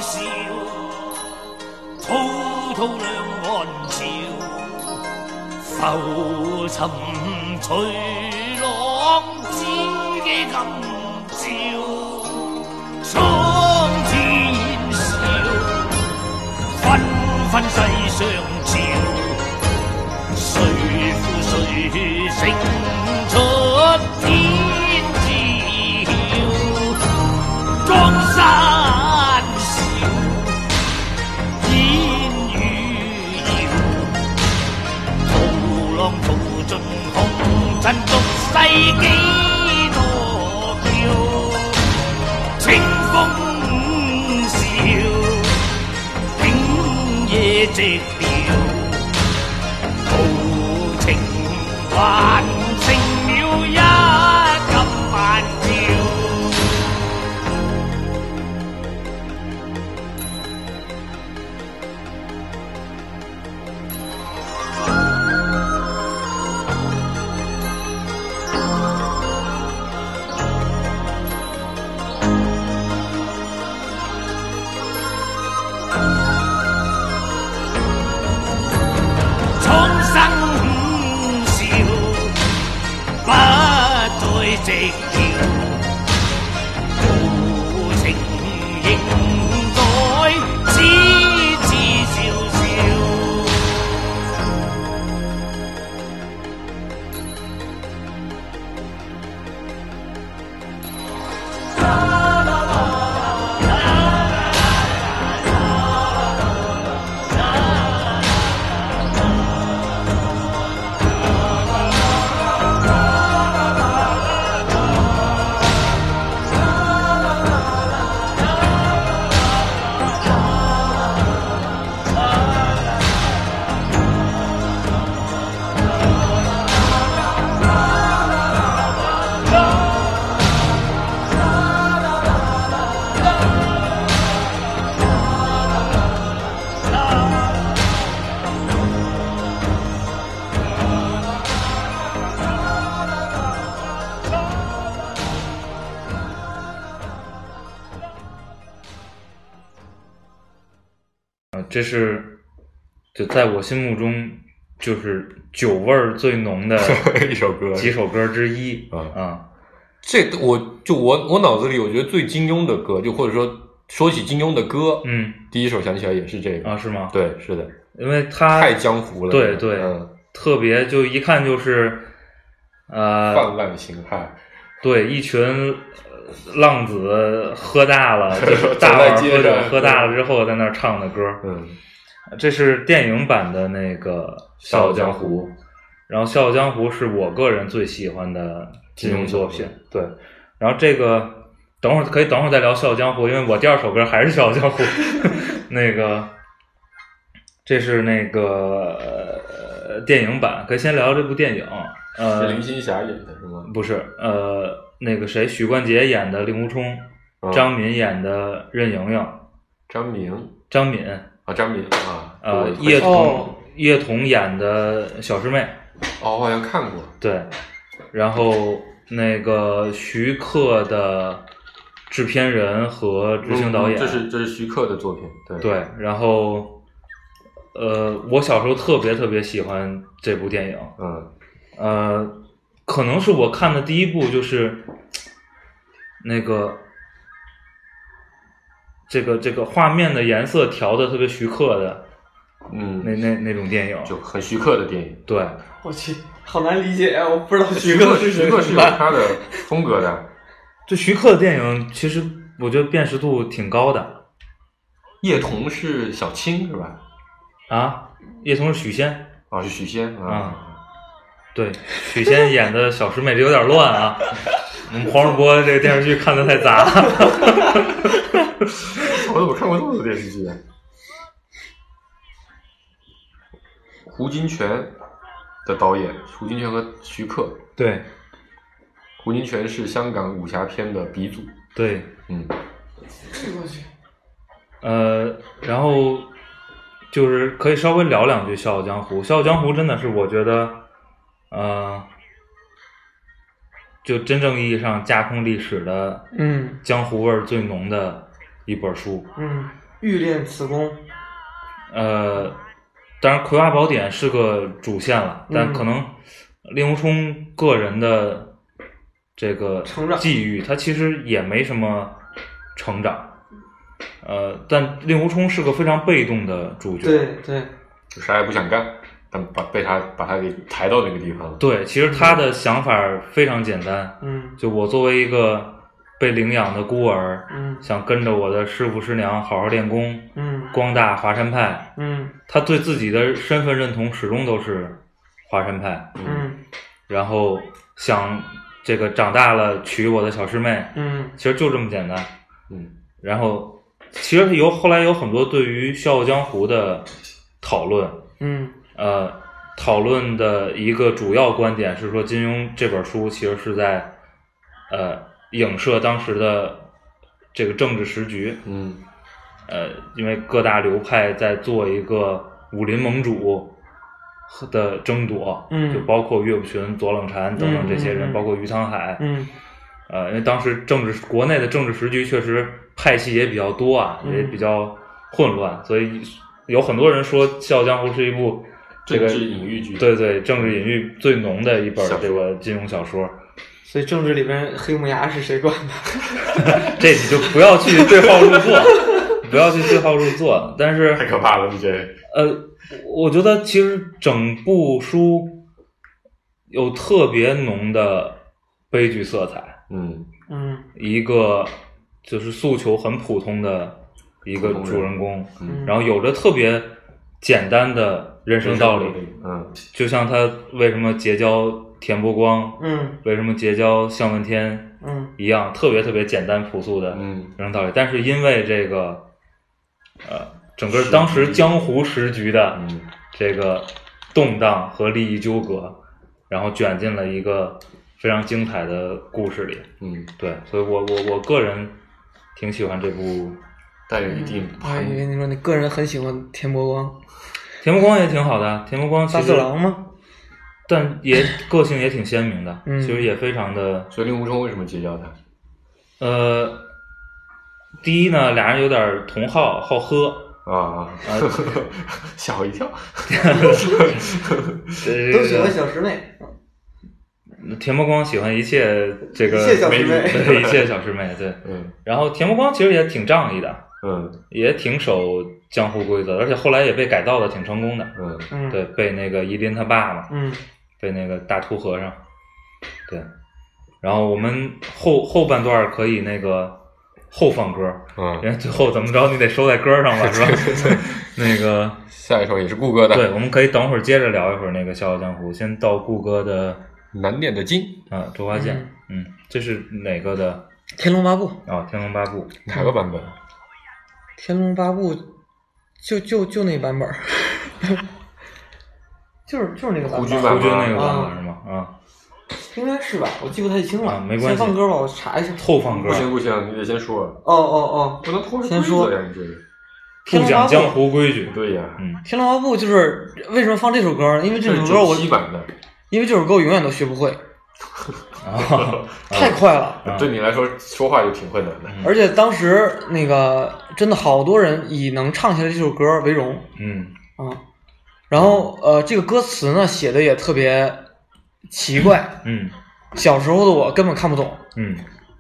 Speaker 7: 笑，滔滔兩岸潮，浮沉隨浪，知己今朝，苍天笑，紛紛世上潮，誰負誰勝出天知曉。江山笑，烟雨遥，涛浪淘尽红尘俗世几多娇，清风笑，景夜寂寥，豪情还剩了一襟晚照。苍生笑，不再寂寥，豪情仍在，痴痴笑笑。
Speaker 3: 啊，这是就在我心目中就是酒味儿最浓的
Speaker 4: 一首歌
Speaker 3: 几首歌之一
Speaker 4: 啊
Speaker 3: 啊，
Speaker 4: 这我就我我脑子里我觉得最金庸的歌，就或者说说起金庸的歌，
Speaker 3: 嗯
Speaker 4: 第一首想起来也是这个。
Speaker 3: 啊是吗？，
Speaker 4: 对，是的，
Speaker 3: 因为他
Speaker 4: 太江湖了。
Speaker 3: 对对啊
Speaker 4: 嗯，
Speaker 3: 特别就一看就是呃，
Speaker 4: 泛滥形骸，
Speaker 3: 对一群呃浪子喝大 了，就是
Speaker 4: 走
Speaker 3: 大
Speaker 4: 在
Speaker 3: 碗
Speaker 4: 街
Speaker 3: 喝酒
Speaker 4: 上
Speaker 3: 喝大了
Speaker 4: 对
Speaker 3: 之后在那儿唱的歌，
Speaker 4: 嗯，
Speaker 3: 这是电影版的那个《笑傲江湖》，然后《笑傲江湖》是我个人最喜欢的金庸作品
Speaker 4: 金庸。
Speaker 3: 对，然后这个等会儿可以等会儿再聊《笑傲江湖》，因为我第二首歌还是《笑傲江湖》。 那个，这是那个、呃、电影版，可以先聊这部电影。
Speaker 4: 是
Speaker 3: 呃
Speaker 4: 林，青霞演的是吗？
Speaker 3: 不是，呃，那个谁，许冠杰演的令狐冲，
Speaker 4: 嗯
Speaker 3: 张敏演的任盈盈，
Speaker 4: 张明
Speaker 3: 张敏
Speaker 4: 啊，张明啊，
Speaker 3: 呃
Speaker 4: 我，
Speaker 3: 叶童、
Speaker 2: 哦
Speaker 3: 叶童演的小师妹，
Speaker 4: 哦，我好像看过，
Speaker 3: 对，然后那个徐克的制片人和执行导演，
Speaker 4: 嗯这是这是徐克的作品，对
Speaker 3: 对，然后呃，我小时候特别特别喜欢这部电影，
Speaker 4: 嗯
Speaker 3: 呃，可能是我看的第一部就是那个这个这个画面的颜色调的特别徐克的那
Speaker 4: 嗯，
Speaker 3: 那那种电影，
Speaker 4: 就很徐克的电影。
Speaker 3: 对，
Speaker 2: 我去，好难理解啊！我不知道徐
Speaker 4: 克
Speaker 2: 克是
Speaker 4: 徐
Speaker 2: 谁。
Speaker 4: 克是有他的风格的，
Speaker 3: 就徐克的电影其实我觉得辨识度挺高的。
Speaker 4: 叶童是小青是吧？
Speaker 3: 啊，叶童是许仙，
Speaker 4: 啊，是许仙啊，
Speaker 3: 对，许仙演的小师妹，这有点乱啊。我们黄世波这个电视剧看的太杂了。
Speaker 4: 我怎么看过这么多电视剧啊？胡金铨的导演，胡金铨和徐克，
Speaker 3: 对
Speaker 4: 胡金铨是香港武侠片的鼻祖，
Speaker 3: 对，
Speaker 4: 嗯，
Speaker 2: 我去，
Speaker 3: 呃，然后就是可以稍微聊两句《笑傲江湖》。《笑傲江湖》真的是我觉得，呃，就真正意义上架空历史的
Speaker 2: 嗯
Speaker 3: 江湖味儿最浓的一本书。
Speaker 2: 嗯欲练此功，
Speaker 3: 呃，当然《葵花宝典》是个主线了，但
Speaker 2: 嗯
Speaker 3: 可能令狐冲个人的这个
Speaker 2: 成长
Speaker 3: 际遇，他其实也没什么成长。呃，但令狐冲是个非常被动的主角，
Speaker 2: 对对，
Speaker 4: 就啥也不想干，但把被他把他给抬到那个地方了。
Speaker 3: 对，其实他的想法非常简单，
Speaker 2: 嗯
Speaker 3: 就我作为一个被领养的孤儿，
Speaker 2: 嗯
Speaker 3: 想跟着我的师傅师娘好好练功，
Speaker 2: 嗯
Speaker 3: 光大华山派。
Speaker 2: 嗯
Speaker 3: 他对自己的身份认同始终都是华山派，
Speaker 2: 嗯
Speaker 3: 然后想这个长大了娶我的小师妹，
Speaker 2: 嗯
Speaker 3: 其实就这么简单。
Speaker 4: 嗯，
Speaker 3: 然后其实有后来有很多对于《笑傲江湖》的讨论，
Speaker 2: 嗯
Speaker 3: 呃，讨论的一个主要观点是说，金庸这本书其实是在呃影射当时的这个政治时局，
Speaker 4: 嗯，
Speaker 3: 呃，因为各大流派在做一个武林盟主的争夺，
Speaker 2: 嗯
Speaker 3: 就包括岳不群、左冷禅等等这些
Speaker 2: 嗯
Speaker 3: 人，
Speaker 2: 嗯嗯
Speaker 3: 包括余沧海，
Speaker 2: 嗯
Speaker 3: 呃，因为当时政治国内的政治时局确实派系也比较多啊，
Speaker 2: 嗯
Speaker 3: 也比较混乱，所以有很多人说《笑傲江湖》是一部这
Speaker 4: 政
Speaker 3: 个
Speaker 4: 治隐喻剧。
Speaker 3: 对对政治隐喻最浓的一本
Speaker 4: 小说
Speaker 3: 这个金庸小说，
Speaker 2: 所以政治里边黑木崖是谁管的？
Speaker 3: 这你就不要去对号入座， 不要去对号入座，但是
Speaker 4: 太可怕了，你这
Speaker 3: 呃，我觉得其实整部书有特别浓的悲剧色彩，
Speaker 4: 嗯，
Speaker 2: 嗯
Speaker 3: 一个就是诉求很普通的一个
Speaker 4: 普通人
Speaker 3: 主人公，
Speaker 2: 嗯，
Speaker 3: 然后有着特别简单的人生道理，
Speaker 4: 嗯，
Speaker 3: 就像他为什么结交田伯光，
Speaker 2: 嗯
Speaker 3: 为什么结交向问天
Speaker 2: 嗯
Speaker 3: 一样，特别特别简单朴素的
Speaker 4: 嗯
Speaker 3: 人生道理，但是因为这个呃。整个当时江湖时局的，
Speaker 4: 嗯，
Speaker 3: 这个动荡和利益纠葛，然后卷进了一个非常精彩的故事里。
Speaker 4: 嗯，
Speaker 3: 对，所以我我我个人挺喜欢这部，
Speaker 4: 带有一定
Speaker 2: 嗯哎我还以为你说你个人很喜欢田伯光，
Speaker 3: 田伯光也挺好的，田伯光其
Speaker 2: 大
Speaker 3: 实
Speaker 2: 色狼吗？
Speaker 3: 但也个性也挺鲜明的，
Speaker 2: 嗯
Speaker 3: 其实也非常的
Speaker 4: 所以令狐冲为什么结交他？
Speaker 3: 呃，第一呢，俩人有点同好好喝，
Speaker 4: 啊，吓我一跳。
Speaker 3: 这
Speaker 2: 都喜欢小师妹，
Speaker 3: 田伯光喜欢一切这个
Speaker 2: 一切小师妹
Speaker 3: 对一切小师妹对，
Speaker 4: 嗯
Speaker 3: 然后田伯光其实也挺仗义的，
Speaker 4: 嗯
Speaker 3: 也挺守江湖规则的，而且后来也被改造的挺成功的。
Speaker 4: 嗯，
Speaker 2: 嗯
Speaker 3: 对，被那个夷陵他爸嘛，
Speaker 2: 嗯
Speaker 3: 被那个大秃和尚，对。然后我们后后半段可以那个后放歌，
Speaker 4: 嗯
Speaker 3: 因为最后怎么着你得收在歌上吧，是 吧？ 那个，
Speaker 4: 下一首也是顾哥的
Speaker 3: 对，
Speaker 4: 《
Speaker 3: 我们可以等会儿接着聊一会儿那个《笑傲江湖》，先到顾哥的
Speaker 4: 难念的经》，
Speaker 3: 啊周华健，嗯这是哪个的？
Speaker 2: 天龙八部，
Speaker 3: 哦，《天龙八部》
Speaker 4: 哪个版本？
Speaker 2: 天龙八部就就就那版本儿， 就是就是那个版
Speaker 4: 胡
Speaker 2: 本
Speaker 4: 军
Speaker 2: 儿，
Speaker 4: 版
Speaker 3: 胡军那个版
Speaker 2: 啊
Speaker 3: 本是吗？啊，
Speaker 2: 应该是吧？我记不太清了，
Speaker 3: 啊没关系
Speaker 2: 先放歌吧，我查一下。
Speaker 3: 后放歌
Speaker 4: 不，行不行，你得先说，
Speaker 2: 哦哦哦，
Speaker 4: 不能拖着
Speaker 2: 先
Speaker 4: 规
Speaker 2: 说
Speaker 4: 则呀，你这个
Speaker 3: 不
Speaker 2: 天龙八
Speaker 3: 讲
Speaker 2: 部
Speaker 3: 江湖规矩
Speaker 4: 不。对呀。
Speaker 3: 嗯，
Speaker 2: 天龙八部就是为什么放这首歌呢？因为这
Speaker 4: 这
Speaker 2: 首
Speaker 4: 是
Speaker 2: 歌
Speaker 4: 九
Speaker 2: 我，
Speaker 4: 七版的，
Speaker 2: 因为这首歌我永远都学不
Speaker 3: 哦
Speaker 2: 会，
Speaker 3: 啊，
Speaker 2: 太快了。
Speaker 3: 啊
Speaker 4: 对你来说说话就挺困难的。
Speaker 2: 而且当时那个真的好多人以能唱下来这首歌为荣
Speaker 3: 嗯，
Speaker 2: 啊。然后呃，这个歌词呢写的也特别奇怪，
Speaker 3: 嗯
Speaker 2: 小时候的我根本看不懂。
Speaker 3: 嗯，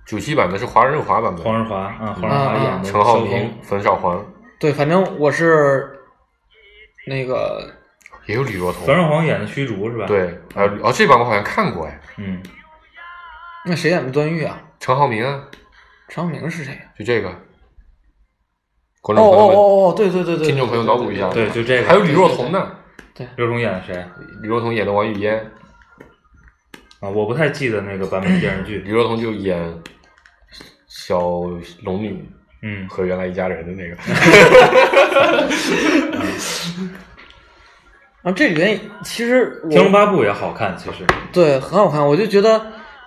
Speaker 4: 九七版的是华人华版本，
Speaker 3: 黄日华啊，黄日华
Speaker 2: 嗯
Speaker 3: 演的
Speaker 4: 陈浩
Speaker 3: 萧峰
Speaker 4: 民、冯绍煌，
Speaker 2: 对，反正我是那个
Speaker 4: 也有李若彤
Speaker 3: 冯。绍煌演的虚竹是吧？，
Speaker 4: 对，还有哦，这版我好像看过哎，
Speaker 3: 嗯，
Speaker 2: 那谁演的段誉啊？
Speaker 4: 陈浩民啊，
Speaker 2: 陈浩民是谁啊呀、
Speaker 4: 就这个。观
Speaker 2: 哦哦
Speaker 4: 众朋友们，
Speaker 2: 哦哦，对对对对，
Speaker 4: 听众朋友脑补一下，
Speaker 3: 对，就这个。
Speaker 4: 还有李若彤呢，
Speaker 3: 刘忠演的谁啊？
Speaker 4: 李若彤演的王语嫣，
Speaker 3: 我不太记得那个版本电视
Speaker 4: 李
Speaker 3: 剧。
Speaker 4: 若彤就演小龙女
Speaker 3: 嗯，
Speaker 4: 和原来一家人的那个。
Speaker 2: 然后啊这里边其实我
Speaker 3: 嗯《天龙八部》也好看，其实
Speaker 2: 对很好看，我就觉得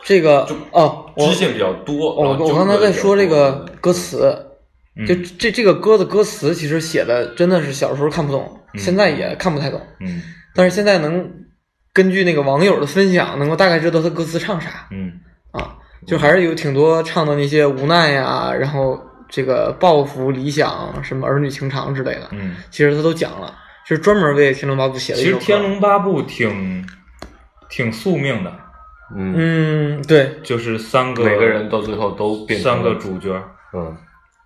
Speaker 2: 这个哦，我
Speaker 4: 支线比较多。
Speaker 2: 我
Speaker 4: 然后
Speaker 2: 我刚才在说这个歌词，
Speaker 3: 嗯
Speaker 2: 就这这个歌的歌词其实写的真的是小时候看不懂，现在也看不太懂，
Speaker 3: 嗯
Speaker 2: 但是现在能根据那个网友的分享，能够大概知道他歌词唱啥
Speaker 3: 嗯
Speaker 2: 啊，就还是有挺多唱的那些无奈呀、然后这个抱负、理想、什么儿女情长之类的，
Speaker 3: 嗯，
Speaker 2: 其实他都讲了，就是专门为《天龙八部》写的
Speaker 3: 其
Speaker 2: 一首
Speaker 3: 实
Speaker 2: 歌。
Speaker 3: 《天龙八部》挺挺宿命的，
Speaker 4: 嗯，
Speaker 2: 嗯，对，
Speaker 3: 就是三个
Speaker 4: 每个人到最后都变成
Speaker 3: 三
Speaker 4: 了
Speaker 3: 个，主角，
Speaker 4: 嗯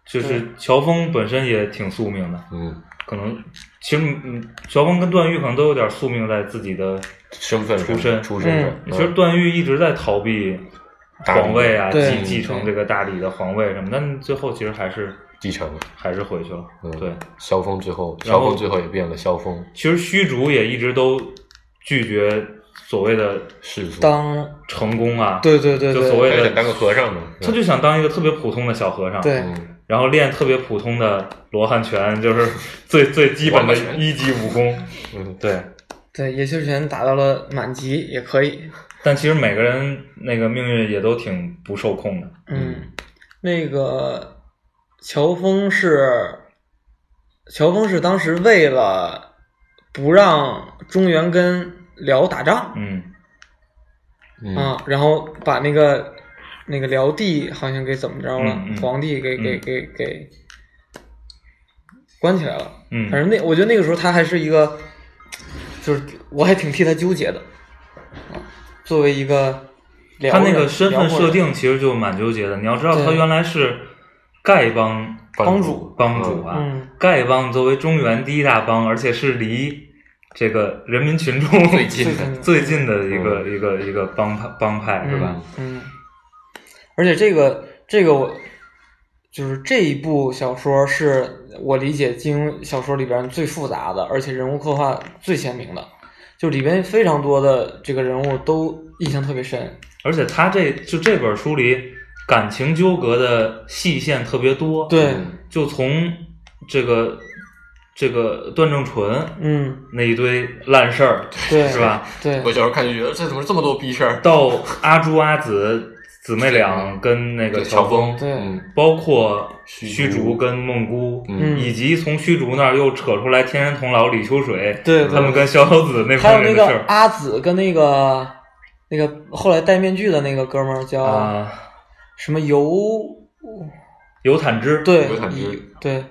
Speaker 3: 就是乔峰本身也挺宿命的，
Speaker 4: 嗯，
Speaker 3: 可能其实嗯，乔峰跟段誉可能都有点宿命在自己的，
Speaker 4: 身份上
Speaker 3: 出身
Speaker 4: 出身上，嗯
Speaker 3: 其实段誉一直在逃避
Speaker 4: 大理
Speaker 3: 皇位啊，
Speaker 2: 对
Speaker 3: 继继承这个大理的皇位什么，但最后其实还是
Speaker 4: 继承了。
Speaker 3: 还是回去了。
Speaker 4: 嗯
Speaker 3: 对，
Speaker 4: 萧峰最后，
Speaker 3: 然
Speaker 4: 萧
Speaker 3: 后
Speaker 4: 峰最后也变了萧峰
Speaker 3: 其实虚竹也一直都拒绝所谓的
Speaker 4: 世俗，
Speaker 2: 当
Speaker 3: 成功啊，
Speaker 2: 对对对
Speaker 3: 就
Speaker 2: 对，
Speaker 3: 所谓
Speaker 4: 他
Speaker 3: 的
Speaker 4: 想当个和尚呢，
Speaker 3: 他就想当一个特别普通的小和尚，
Speaker 2: 对
Speaker 4: 嗯
Speaker 3: 然后练特别普通的罗汉拳，就是 最最基本的一级武功。
Speaker 4: 嗯
Speaker 3: 对，
Speaker 2: 对，野球拳打到了满级也可以。
Speaker 3: 但其实每个人那个命运也都挺不受控的。
Speaker 2: 嗯，那个乔峰是乔峰是当时为了不让中原跟辽打仗、
Speaker 3: 嗯，
Speaker 4: 嗯
Speaker 2: 啊，然后把那个那个辽帝好像给怎么着了，
Speaker 3: 嗯嗯
Speaker 2: 皇帝给给
Speaker 3: 嗯
Speaker 2: 给给关起来了。
Speaker 3: 嗯
Speaker 2: 反正那我觉得那个时候他还是一个，就是我还挺替他纠结的，啊，作为一个辽
Speaker 3: 他那
Speaker 2: 人
Speaker 3: 个身
Speaker 2: 辽
Speaker 3: 份
Speaker 2: 国
Speaker 3: 设
Speaker 2: 人
Speaker 3: 定其实就蛮纠结的。你要知道，
Speaker 2: 对
Speaker 3: 他原来是丐帮
Speaker 4: 帮
Speaker 2: 主
Speaker 3: 帮主啊
Speaker 2: 嗯，
Speaker 3: 丐帮作为中原第一大帮，而且是离这个人民群众
Speaker 4: 最
Speaker 2: 最
Speaker 4: 近
Speaker 2: 近
Speaker 4: 的，嗯
Speaker 3: 最近的一个一个一个帮派帮派是吧？
Speaker 2: 嗯嗯，嗯而且这个这个我就是这一部小说是我理解金庸小说里边最复杂的，而且人物刻画最鲜明的，就里边非常多的这个人物都印象特别深。
Speaker 3: 而且他这就这本书里感情纠葛的细线特别多，
Speaker 2: 对，
Speaker 3: 就从这个这个段正淳
Speaker 2: 嗯，
Speaker 3: 那一堆烂事儿，
Speaker 2: 对，
Speaker 3: 是？吧？
Speaker 2: 对，
Speaker 4: 我小时候看就觉得这怎么这么多逼事儿，
Speaker 3: 到阿朱阿紫姊妹俩跟那个
Speaker 4: 乔
Speaker 3: 峰，
Speaker 2: 对
Speaker 4: 嗯
Speaker 3: 包括
Speaker 4: 虚
Speaker 3: 虚竹
Speaker 4: 竹
Speaker 3: 跟梦姑，
Speaker 2: 嗯
Speaker 3: 以及从虚竹那儿又扯出来天山童姥李秋水，
Speaker 2: 对对
Speaker 3: 他们跟逍遥子那
Speaker 2: 还有
Speaker 3: 帮
Speaker 2: 那
Speaker 3: 人的事
Speaker 2: 个
Speaker 3: 儿
Speaker 2: 阿紫跟那个那个后来戴面具的那个哥们儿叫
Speaker 3: 啊，
Speaker 2: 什么游？
Speaker 3: 有坦之，
Speaker 2: 对
Speaker 4: 刘坦之呃
Speaker 2: 以对，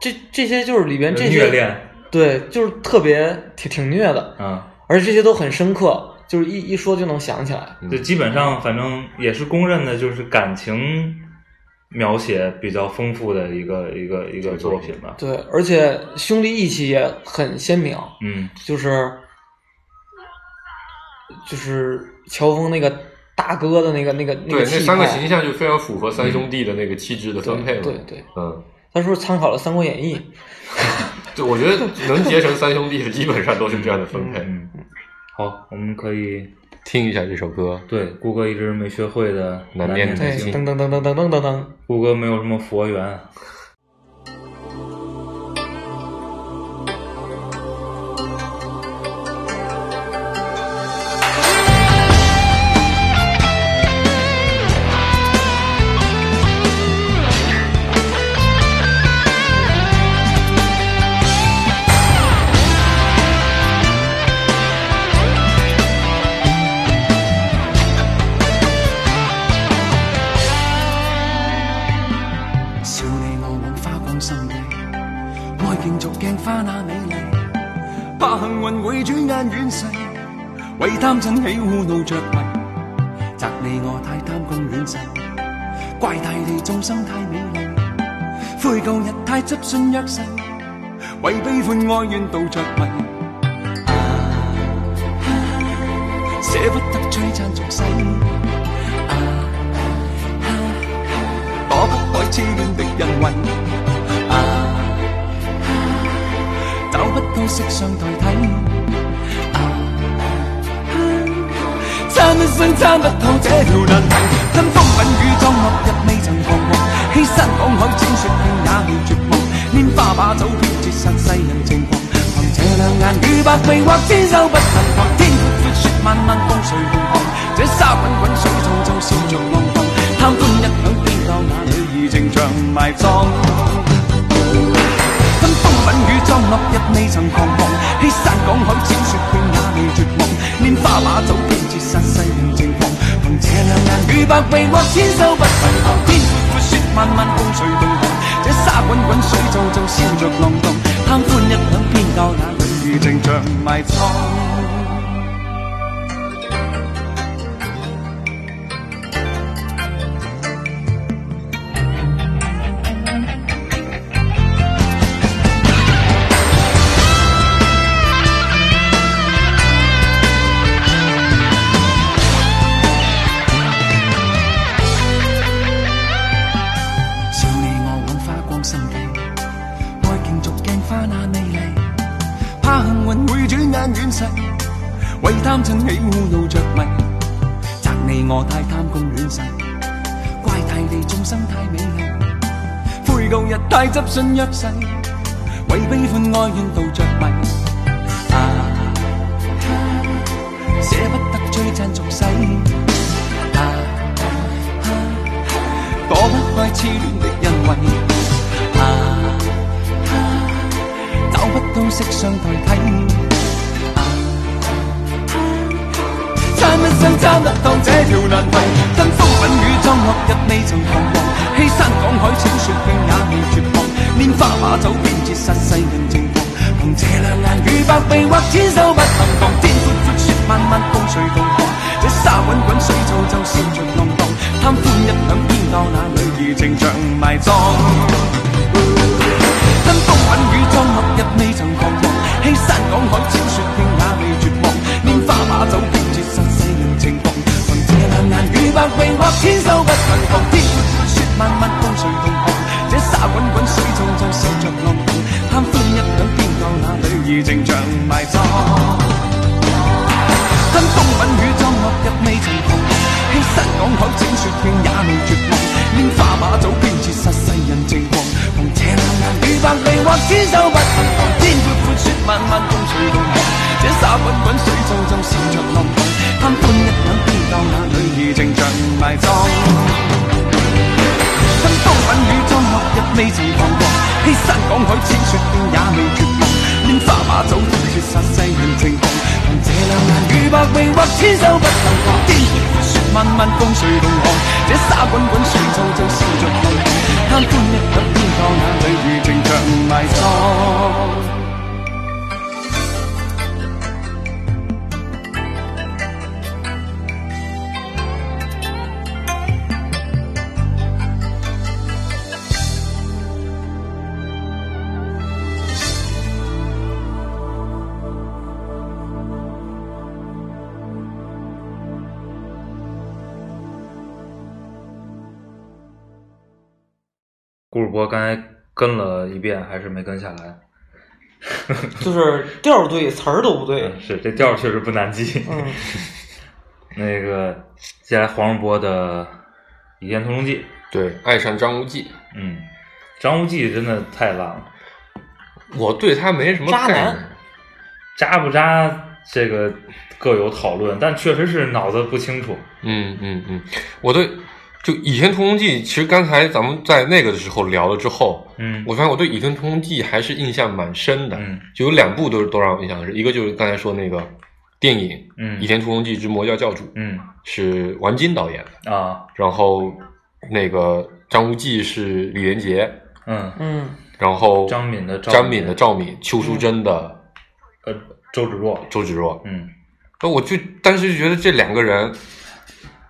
Speaker 2: 这这些就是里边这些
Speaker 3: 虐恋，
Speaker 2: 对，就是特别挺挺虐的，
Speaker 3: 啊，
Speaker 2: 而且这些都很深刻，就是一一说就能想起来。
Speaker 4: 嗯
Speaker 3: 就基本上反正也是公认的，就是感情描写比较丰富的一个一个一个作品吧。
Speaker 2: 对，而且兄弟义气也很鲜明，
Speaker 3: 嗯
Speaker 2: 就是就是乔峰那个大哥的那个那个那
Speaker 4: 对，
Speaker 2: 个
Speaker 4: 那
Speaker 2: 气
Speaker 4: 三个
Speaker 2: 派，嗯
Speaker 4: 形象就非常符合三兄弟的那个气质的分配嘛。
Speaker 2: 对对对，
Speaker 4: 嗯，
Speaker 2: 他是不是参考了《三国演义》？
Speaker 4: 对，我觉得能结成三兄弟的，基本上都是这样的分配。
Speaker 3: 嗯，好，我们可以
Speaker 4: 听一下这首歌，
Speaker 3: 对顾哥一直没学会的
Speaker 4: 难
Speaker 3: 念
Speaker 4: 念
Speaker 2: 对
Speaker 4: 的
Speaker 3: 的，经，
Speaker 2: 噔噔噔噔噔噔噔噔，
Speaker 3: 顾哥没有什么佛缘，
Speaker 6: 笑你我往花光心地，愛競逐鏡花那美麗，怕幸運會轉眼遠逝，為貪嗔喜惡怒着迷，責你我太貪功戀勢，怪大地眾生太美麗，悔舊日太執信約誓，為悲歡哀怨道着迷。啊啊捨不得摧殘俗世，啊啊躲不开痴恋的人云。啊，找不到色相代替。啊，參一生參不透這條難題，跟風品與裝落日未曾彷徨，欺山趕海千雪拼也未絕望，拈花把酒偏折煞世人情狂。憑這兩眼與百臂或千手不能防，天闊闊雪漫漫風水浩瀚，這沙滾滾水皺皺笑着浪蕩，貪歡一晌偏教那女兒情長埋葬。跟風品與裝落日未曾彷徨，欺山趕海千雪遍也未絕望，拈花把酒偏折煞世人情狂，憑這兩眼與百臂或千手不能防，天闊闊雪漫漫風水動寒，
Speaker 7: 水皱皱笑着浪动，贪欢一晌偏教那女儿情像埋藏。笑你我枉花光心機，愛競逐鏡花那美麗，怕幸運會轉眼遠逝，為貪嗔喜惡怒着迷，責你我太貪功戀世，怪大地眾生太美麗，悔舊日太執信約誓，為悲歡哀怨道着迷。啊，捨不得追讚俗世。啊。躲不开痴恋的恩惠。啊，找不到色相代替。啊，争一生争得当这条难题，爭風品與裝落日未曾彷徨，欺山趕海小說拼也未絕望，拈花把酒便折煞世人情狂。憑這兩眼與百臂或千手不能防，天闊闊雪漫漫風水動盪，這沙滾滾水皱皱笑着浪蕩，貪歡一晌偏教那女兒情像埋葬。真風韻與裝落日未曾彷徨，欺山趕海千雪拼也未絕望，拈花把酒擊折煞世人情狂，憑這兩眼與百臂或千手不能防，天闊闊雪漫漫江水浩瀚，這沙滾滾水皱皱笑着浪蕩，貪歡一晌偏教那女兒情像埋葬。跟風品與裝落日未曾同，欺山趕海整雪片也未絕望，拈花把酒偏折煞世人情狂，同這兩眼與百臂或千手不能防，天闊闊雪漫漫風水動盪，這沙滾滾水皱皱笑着浪蕩，貪歡一晌偏教那女兒情像埋葬。跟刀品與裝落日未曾彷徨，欺山趕海千雪遍也未絕望，拈花把酒決絕殺世人情狂，憑這兩眼與百臂或千手不能防，天闊闊雪漫漫風水動盪，這沙滾滾水皱皱笑着浪蕩，貪歡一晌偏教那女兒情像埋葬。
Speaker 3: 顾主播刚才跟了一遍，还是没跟下来。
Speaker 2: 就是调儿对，词儿都不对。
Speaker 3: 嗯是这调儿确实不难记。
Speaker 2: 嗯，
Speaker 3: 那个，接下来黄世波的《倚天屠龙记》，
Speaker 4: 对，爱上张无忌，
Speaker 3: 嗯，张无忌真的太烂了，
Speaker 4: 我对他没什么
Speaker 2: 渣
Speaker 4: 概念
Speaker 2: 男。
Speaker 3: 渣不渣这个各有讨论，但确实是脑子不清楚。
Speaker 4: 嗯嗯嗯，我对就《倚天屠龙记》，其实刚才咱们在那个的时候聊了之后，
Speaker 3: 嗯，
Speaker 4: 我发现我对《倚天屠龙记》还是印象蛮深的。
Speaker 3: 嗯，
Speaker 4: 就有两部都都让我印象深，一个就是刚才说那个电影
Speaker 3: 嗯
Speaker 4: 《倚天屠龙记之魔教教主》，
Speaker 3: 嗯
Speaker 4: 是王晶导演的，
Speaker 3: 啊
Speaker 4: 然后那个张无忌是李连杰，
Speaker 3: 嗯，
Speaker 2: 嗯，
Speaker 4: 然后
Speaker 3: 张敏的赵
Speaker 4: 张敏的赵敏，邱淑贞的
Speaker 3: 呃周芷若，
Speaker 4: 周芷若。
Speaker 3: 嗯，
Speaker 4: 那我就当时就觉得这两个人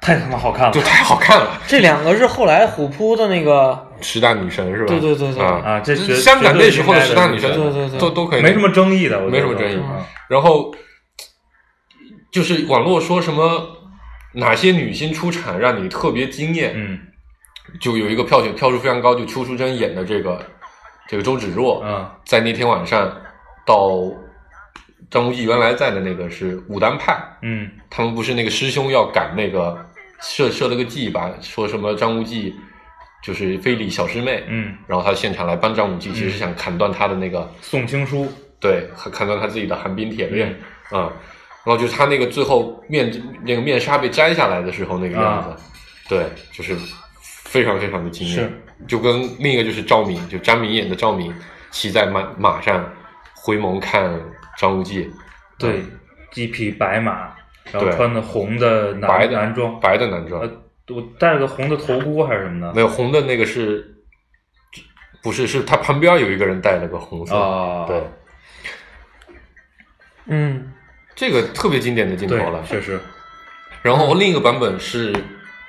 Speaker 3: 太他妈好看了
Speaker 4: 就太好看了，
Speaker 2: 这两个是后来虎扑的那个，
Speaker 4: 十大女神是吧？
Speaker 2: 对对对对
Speaker 4: 啊，
Speaker 3: 啊！这绝
Speaker 4: 香港那时候
Speaker 3: 绝对
Speaker 4: 的十
Speaker 3: 应
Speaker 4: 大
Speaker 3: 该
Speaker 4: 女神
Speaker 2: 对对对对
Speaker 4: 都都可 以，
Speaker 3: 没什么争议的，我觉得
Speaker 4: 没什么争议
Speaker 3: 嗯。
Speaker 4: 然后就是网络说什么哪些女星出场让你特别惊艳，
Speaker 3: 嗯
Speaker 4: 就有一个票选票数非常高，就邱淑贞演的这个这个周芷若，
Speaker 3: 嗯
Speaker 4: 在那天晚上到张无忌原来在的那个是武当派，
Speaker 3: 嗯
Speaker 4: 他们不是那个师兄要赶那个设设了个计吧，说什么张无忌就是非礼小师妹，
Speaker 3: 嗯，
Speaker 4: 然后他现场来帮张无忌，其实是想砍断他的那个。
Speaker 3: 宋青书，
Speaker 4: 对，看看到他自己的寒冰铁链
Speaker 3: 嗯
Speaker 4: 啊、然后就是他那个最后面那个面纱被摘下来的时候那个样子，
Speaker 3: 啊
Speaker 4: 对，就是非常非常的惊艳
Speaker 3: 是，
Speaker 4: 就跟另一个就是赵敏，就张敏演的赵敏骑在马马上回眸看张无忌，
Speaker 3: 对，一匹白马，然后
Speaker 4: 对
Speaker 3: 穿的红的男
Speaker 4: 白的
Speaker 3: 男装，
Speaker 4: 白的男装，
Speaker 3: 呃，我戴了个红的头箍还是什么的，
Speaker 4: 没有红的那个是不是，是他旁边有一个人戴了个红色。
Speaker 3: 啊
Speaker 4: 对，
Speaker 2: 嗯，
Speaker 4: 这个特别经典的镜头了
Speaker 3: 对，。确实，
Speaker 4: 然后另一个版本是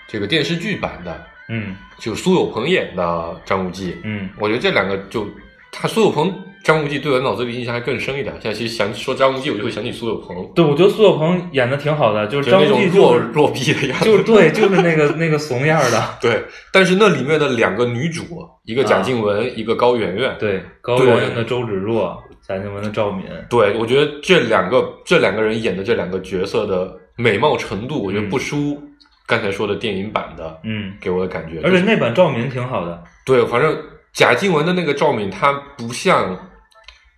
Speaker 4: 这个电视剧版的，
Speaker 3: 嗯
Speaker 4: 就是苏有朋演的张无忌。
Speaker 3: 嗯
Speaker 4: 我觉得这两个就他苏有朋、张无忌对我脑子里印象还更深一点。现在其实想说张无忌，我就会想起苏有朋，
Speaker 3: 对，我觉得苏有朋演的挺好的，就是
Speaker 4: 就
Speaker 3: 张
Speaker 4: 那
Speaker 3: 无
Speaker 4: 种
Speaker 3: 忌
Speaker 4: 弱
Speaker 3: 就是
Speaker 4: 弱逼的样子。
Speaker 3: 就是对，就是那个那个怂样儿的，
Speaker 4: 对，但是那里面的两个女主，一个贾静雯，一个高圆圆。
Speaker 3: 对，高
Speaker 4: 对
Speaker 3: 圆圆的周芷若，贾静雯的赵敏，
Speaker 4: 对，我觉得这两个这两个人演的这两个角色的美貌程度，我觉得不输刚才说的电影版的，
Speaker 3: 嗯，
Speaker 4: 给我的感觉。
Speaker 3: 而且那版赵敏挺好的，
Speaker 4: 对，反正贾静雯的那个赵敏，她不像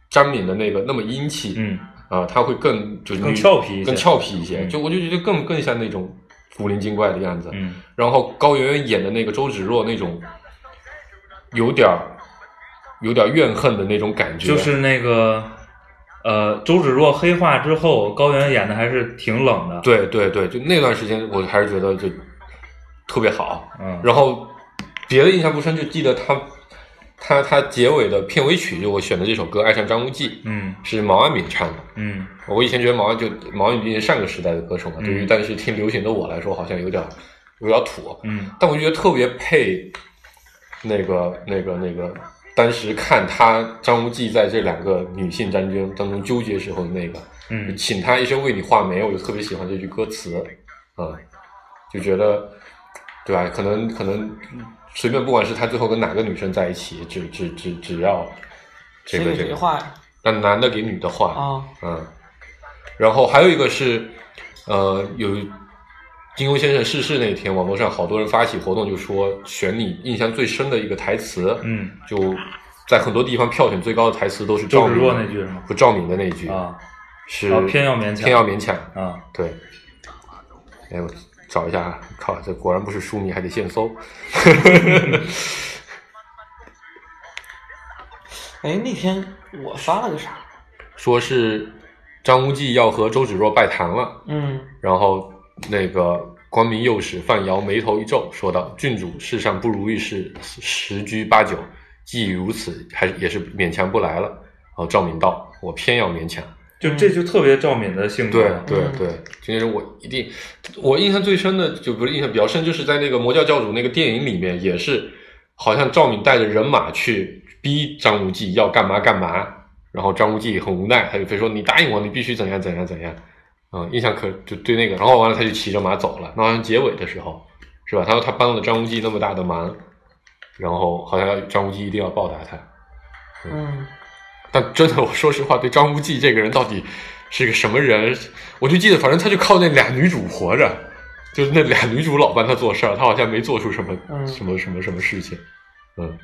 Speaker 4: 张敏的那个那么英气，
Speaker 3: 嗯，
Speaker 4: 啊，她会更就是
Speaker 3: 更
Speaker 4: 女
Speaker 3: 俏皮一些
Speaker 4: 更俏皮一些。
Speaker 3: 嗯
Speaker 4: 就我就觉得更更像那种古灵精怪的样子。
Speaker 3: 嗯
Speaker 4: 然后高圆圆演的那个周芷若那种有点儿有点儿怨恨的那种感觉，
Speaker 3: 就是那个呃，周芷若黑化之后，高圆圆演的还是挺冷的，，
Speaker 4: 对对对，就那段时间我还是觉得就特别好。
Speaker 3: 嗯，
Speaker 4: 然后别的印象不深，就记得他他他结尾的片尾曲，就我选的这首歌《爱上张无忌》，
Speaker 3: 嗯
Speaker 4: 是毛阿敏唱的。
Speaker 3: 嗯
Speaker 4: 我以前觉得毛阿就毛阿敏毕竟上个时代的歌手嘛，
Speaker 3: 嗯
Speaker 4: 对于但是听流行的我来说，好像有点有点土，
Speaker 3: 嗯
Speaker 4: 但我觉得特别配那个那个那个。当时看他张无忌在这两个女性战争当中纠结时候的那个，
Speaker 3: 嗯
Speaker 4: 请他一生为你画眉，我就特别喜欢这句歌词，啊、就觉得，对吧？可能可能随便，不管是他最后跟哪个女生在一起，只只只只要这
Speaker 2: 谁
Speaker 4: 个
Speaker 2: 给
Speaker 4: 这
Speaker 2: 谁
Speaker 4: 个，
Speaker 2: 画呀？
Speaker 4: 那男的给女的画，
Speaker 2: 啊，
Speaker 4: 嗯，然后还有一个是，呃，有金庸先生逝世那天，网络上好多人发起活动，就说选你印象最深的一个台词，
Speaker 3: 嗯，
Speaker 4: 就在很多地方票选最高的台词都是
Speaker 3: 周
Speaker 4: 赵
Speaker 3: 芷
Speaker 4: 敏
Speaker 3: 若那句是吗？
Speaker 4: 和赵敏的那一句，
Speaker 3: 啊
Speaker 4: 是
Speaker 3: 啊偏要勉强
Speaker 4: 偏要勉强，
Speaker 3: 啊，
Speaker 4: 对，哎，我找一下啊，靠，这果然不是书迷，还得现搜。
Speaker 2: 哎，那天我发了个啥？
Speaker 4: 说是张无忌要和周芷若拜堂了，
Speaker 2: 嗯，
Speaker 4: 然后那个光明右使范瑶眉头一皱，说道：“郡主，世上不如意事十居八九，既已如此，还也是勉强不来了。”然后赵敏道：“我偏要勉强。”
Speaker 3: 就这就特别赵敏的性
Speaker 4: 对
Speaker 3: 格，
Speaker 4: 对
Speaker 2: 嗯
Speaker 4: 对，就是我一定，我印象最深的就不是印象比较深，就是在那个《魔教教主》那个电影里面，也是好像赵敏带着人马去逼张无忌要干嘛干嘛，然后张无忌很无奈，他就非说你答应我，你必须怎样怎样怎样，嗯，印象可就对那个，然后完了他就骑着马走了，那好像结尾的时候是吧？他说他帮了张无忌那么大的忙，然后好像要张无忌一定要报答他，
Speaker 2: 嗯，
Speaker 4: 但真的，我说实话，对张无忌这个人到底是个什么人，我就记得，反正他就靠那俩女主活着，就是那俩女主老帮他做事儿，他好像没做出什么、
Speaker 2: 嗯
Speaker 4: 什么什么什么事情，嗯，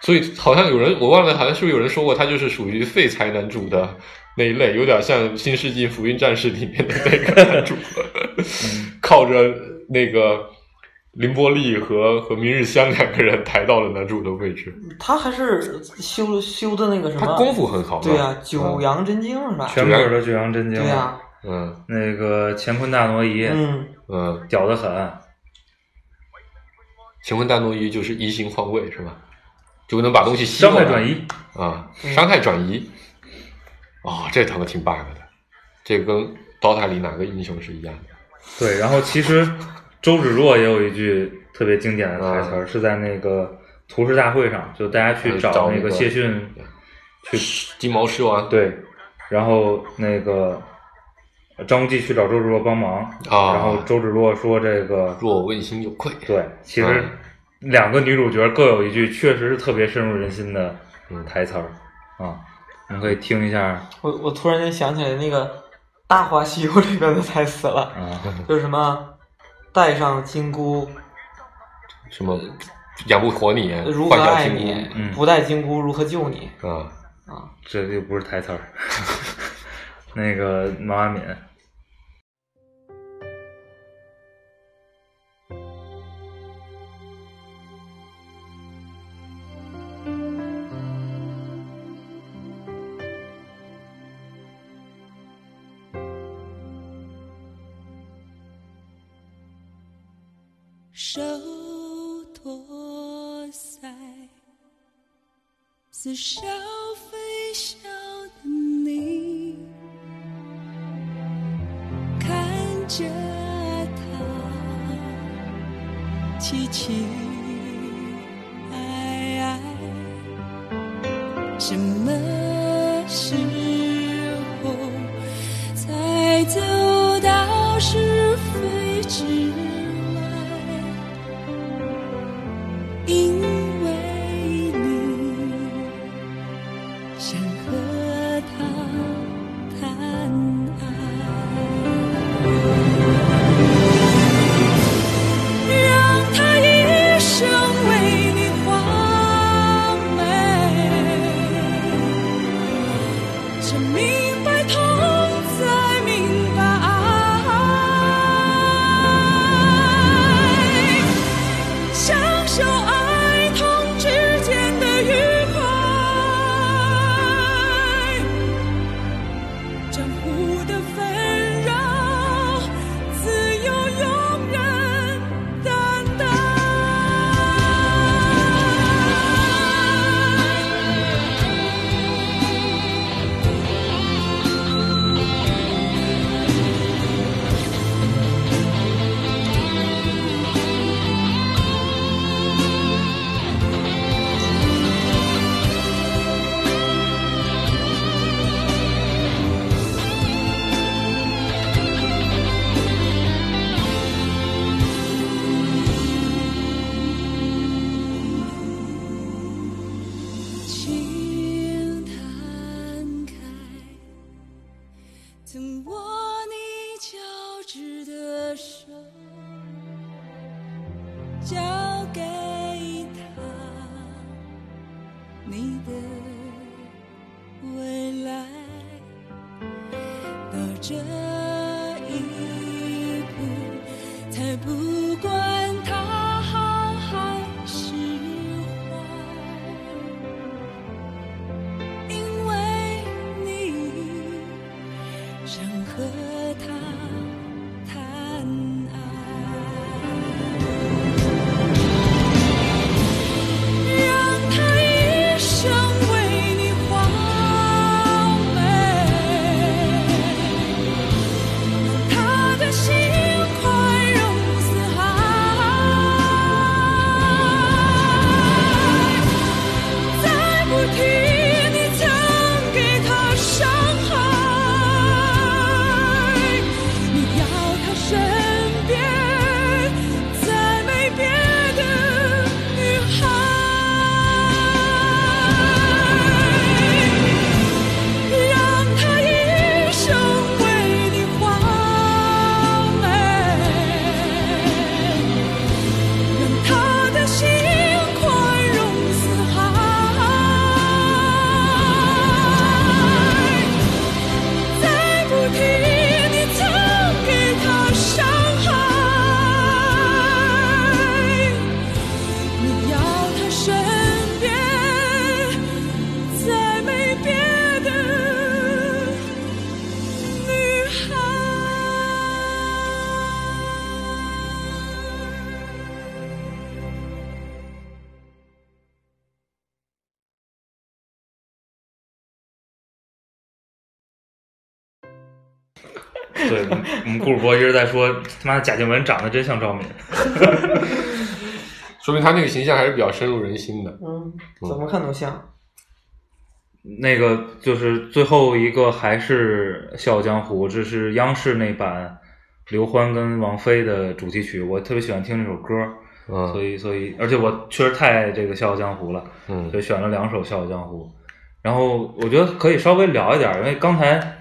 Speaker 4: 所以好像有人我忘了，好像是不是有人说过，他就是属于废柴男主的那一类，有点像《新世纪福音战士》里面的那个 男主， 靠着那个凌波丽和和明日香两个人抬到了男主的位置，
Speaker 2: 嗯他还是修修的那个什
Speaker 4: 他
Speaker 2: 么
Speaker 4: 功夫很好嘛，
Speaker 2: 对啊呀、九
Speaker 4: 嗯
Speaker 2: 阳真经是吧？
Speaker 3: 全部都九阳真经，
Speaker 2: 对呀、
Speaker 4: 嗯。
Speaker 3: 那个乾坤大挪移，
Speaker 2: 嗯，
Speaker 4: 嗯，
Speaker 3: 屌得很，
Speaker 4: 乾坤大挪移就是移形换位是吧？就能把东西吸
Speaker 3: 伤害
Speaker 4: 过来
Speaker 3: 转移，
Speaker 4: 啊，
Speaker 2: 嗯
Speaker 4: 伤害转移。哦，这他妈挺 bug 的，这跟 DOTA 里哪个英雄是一样的？
Speaker 3: 对，然后其实周芷若也有一句特别经典的台词儿，
Speaker 4: 啊
Speaker 3: 是在那个屠氏大会上，就大家去
Speaker 4: 哎找
Speaker 3: 那
Speaker 4: 那
Speaker 3: 个
Speaker 4: 个
Speaker 3: 谢逊，
Speaker 4: 金毛狮王
Speaker 3: 对，然后那个张无忌去找周芷若帮忙，
Speaker 4: 啊，
Speaker 3: 然后周芷若说这个，
Speaker 4: 若嗯我问心有愧，
Speaker 3: 对，其实两个女主角各有一句确实是特别深入人心的
Speaker 4: 嗯
Speaker 3: 台词儿啊，我们可以听一下
Speaker 2: 我我突然间想起来那个《大话西游》里边的台词了，
Speaker 3: 啊，
Speaker 2: 就是什么带上金箍
Speaker 4: 什么养不活你，
Speaker 2: 如何
Speaker 4: 换掉
Speaker 2: 爱
Speaker 4: 金
Speaker 2: 你，
Speaker 3: 嗯
Speaker 2: 不带金箍如何救你
Speaker 4: 箍啊，
Speaker 2: 啊？
Speaker 3: 这又不是台词儿， 那个毛阿敏。
Speaker 5: 手托腮，似笑非笑的你，看着他凄凄哀哀，什么时候才走到是非之外？因为你想和他谈爱，让他一生为你画眉，这明白痛才明白爱。享受爱痛之间的愉快，江湖的纷扰，自由永远担待。请摊开，曾握你交织的手，交给他你的未来，到这一步，才不管它好还是坏。因为你想和他谈爱，让他一生为你画眉，他的心宽容似海。再不提你曾给他伤害，你要他身边再没别的女孩，让他一生为你画眉。让他的心宽容似海，再不提你曾给他伤害，你要他身边再没别的女孩。
Speaker 3: 对，我们我们顾主播一直在说，他妈贾静雯长得真像赵敏。
Speaker 4: 说明他那个形象还是比较深入人心的。
Speaker 2: 嗯，怎么看都像。
Speaker 3: 那个就是最后一个还是《笑傲江湖》，这是央视那版刘欢跟王菲的主题曲，我特别喜欢听这首歌，
Speaker 4: 嗯
Speaker 3: 所以所以而且我确实太爱这个《笑傲江湖》了，
Speaker 4: 嗯
Speaker 3: 所以选了两首《笑傲江湖》，然后我觉得可以稍微聊一点，因为刚才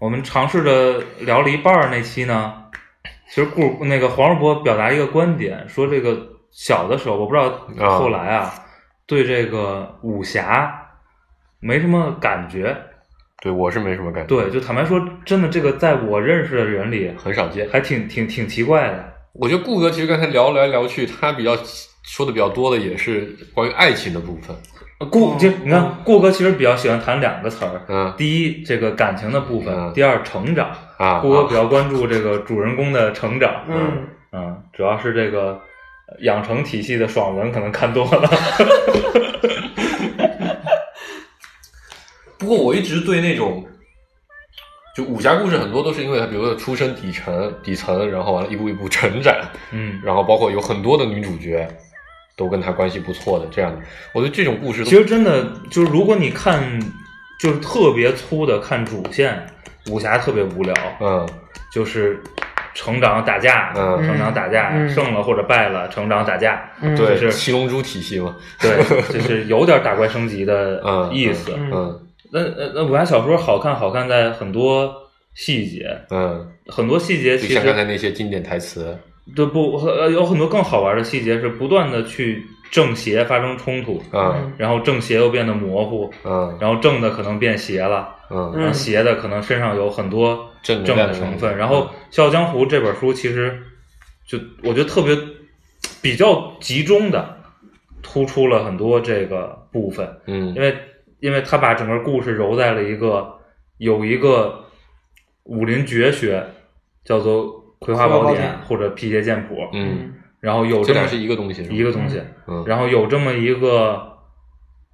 Speaker 3: 我们尝试着聊了一半儿那期呢，其实顾那个黄世博表达一个观点，说这个小的时候，我不知道
Speaker 4: 啊
Speaker 3: 后来啊，对这个武侠没什么感觉，
Speaker 4: 对我是没什么感觉，
Speaker 3: 对，就坦白说，真的这个在我认识的人里，
Speaker 4: 很少见。
Speaker 3: 还挺挺挺奇怪的。
Speaker 4: 我觉得顾哥其实刚才聊来聊去，他比较说的比较多的也是关于爱情的部分。
Speaker 3: 顾就你看，顾哥其实比较喜欢谈两个词儿，
Speaker 4: 嗯
Speaker 3: 第一这个感情的部分，
Speaker 4: 嗯
Speaker 3: 第二成长。
Speaker 4: 啊，
Speaker 3: 顾哥
Speaker 4: 啊
Speaker 3: 比较关注这个主人公的成长，
Speaker 2: 嗯，
Speaker 3: 嗯，主要是这个呃 嗯养成体系的爽文可能看多了。
Speaker 4: 不过我一直对那种，就武侠故事很多都是因为它，比如说出身底层，底层，然后完了一步一步 成长，
Speaker 3: 嗯，
Speaker 4: 然后包括有很多的女主角都跟他关系不错的这样的，我对这种故事都
Speaker 3: 其实真的就是，如果你看就是特别粗的看主线，武侠特别无聊，
Speaker 4: 嗯
Speaker 3: 就是成长打架，
Speaker 4: 嗯
Speaker 3: 成长打架，
Speaker 2: 嗯
Speaker 3: 胜了或者败了，成长打架，
Speaker 2: 嗯
Speaker 4: 对
Speaker 3: 就是
Speaker 4: 七龙珠体系嘛，
Speaker 3: 对，就是有点打怪升级的
Speaker 4: 嗯
Speaker 3: 意思。
Speaker 4: 嗯
Speaker 3: 那呃那武侠小说好看，好看在很多细节，
Speaker 4: 嗯，
Speaker 3: 很多细节
Speaker 4: 就
Speaker 3: 其
Speaker 4: 像刚才
Speaker 3: 实
Speaker 4: 那些经典台词，
Speaker 3: 对不呃有很多更好玩的细节是不断的去正邪发生冲突，
Speaker 4: 嗯
Speaker 3: 然后正邪又变得模糊，
Speaker 4: 嗯
Speaker 3: 然后正的可能变邪了，
Speaker 4: 嗯
Speaker 3: 然后
Speaker 2: 嗯
Speaker 3: 邪的可能身上有很多
Speaker 4: 正能
Speaker 3: 正
Speaker 4: 量
Speaker 3: 的
Speaker 4: 的
Speaker 3: 成
Speaker 4: 东
Speaker 3: 分。
Speaker 4: 西嗯
Speaker 3: 然后《笑傲江湖》这本书其实就我觉得特别比较集中的突出了很多这个部分，
Speaker 4: 嗯
Speaker 3: 因为因为他把整个故事揉在了一个有一个武林绝学叫做《葵花宝
Speaker 2: 葵花宝
Speaker 3: 典
Speaker 2: 典》
Speaker 3: 或者《辟邪剑谱》，
Speaker 4: 嗯，
Speaker 3: 然后有
Speaker 4: 这
Speaker 3: 这
Speaker 4: 俩
Speaker 3: 么
Speaker 4: 是一个东西，是吧
Speaker 3: 一个东西，
Speaker 4: 嗯
Speaker 3: 然后有这么一个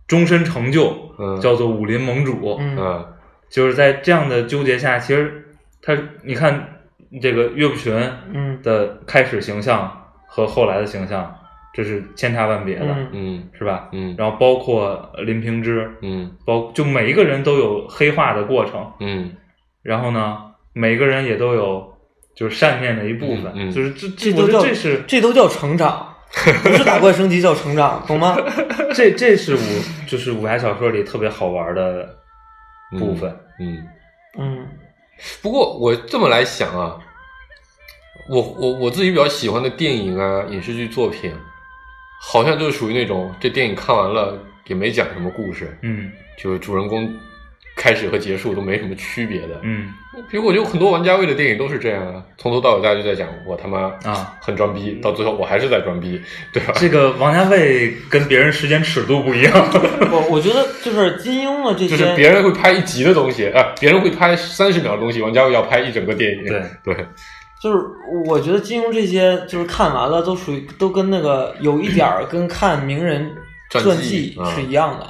Speaker 3: 终身成就，
Speaker 4: 嗯
Speaker 3: 叫做武林盟主，
Speaker 2: 嗯
Speaker 4: 嗯
Speaker 3: 就是在这样的纠结下，其实他你看这个岳不群
Speaker 2: 嗯
Speaker 3: 的开始形象和后来的形象，这是千差万别的，
Speaker 2: 嗯
Speaker 4: 嗯
Speaker 3: 是吧？
Speaker 4: 嗯
Speaker 3: 然后包括林平之，
Speaker 4: 嗯
Speaker 3: 包就每一个人都有黑化的过程，
Speaker 4: 嗯
Speaker 3: 然后呢，每个人也都有就是善面的一部分，
Speaker 4: 嗯嗯
Speaker 3: 就是这
Speaker 2: 这
Speaker 3: 这，
Speaker 2: 都
Speaker 3: 我觉
Speaker 2: 叫
Speaker 3: 得这 是
Speaker 2: 这都叫成 长，不是打怪升级叫成长，懂吗？
Speaker 3: 这这是武就是武侠小说里特别好玩的部分，
Speaker 4: 嗯。
Speaker 2: 嗯
Speaker 4: 不过我这么来想啊，我我我自己比较喜欢的电影啊、影视剧作品，好像就是属于那种这电影看完了也没讲什么故事，
Speaker 3: 嗯
Speaker 4: 就是主人公开始和结束都没什么区别的。
Speaker 3: 嗯
Speaker 4: 比如我觉得很多王家卫的电影都是这样啊，从头到尾大家就在讲我他妈
Speaker 3: 啊
Speaker 4: 很装逼，到最后我还是在装逼，对吧？
Speaker 3: 这个王家卫跟别人时间尺度不一样，
Speaker 2: 我我觉得就是金庸的这些，
Speaker 4: 就是别人会拍一集的东西啊、别人会拍三十秒的东西，王家卫要拍一整个电影。
Speaker 3: 对
Speaker 4: 对，
Speaker 2: 就是我觉得金庸这些就是看完了都属于都跟那个有一点儿跟看名人
Speaker 4: 传
Speaker 2: 传
Speaker 4: 记
Speaker 2: 记
Speaker 4: 嗯
Speaker 2: 是一样的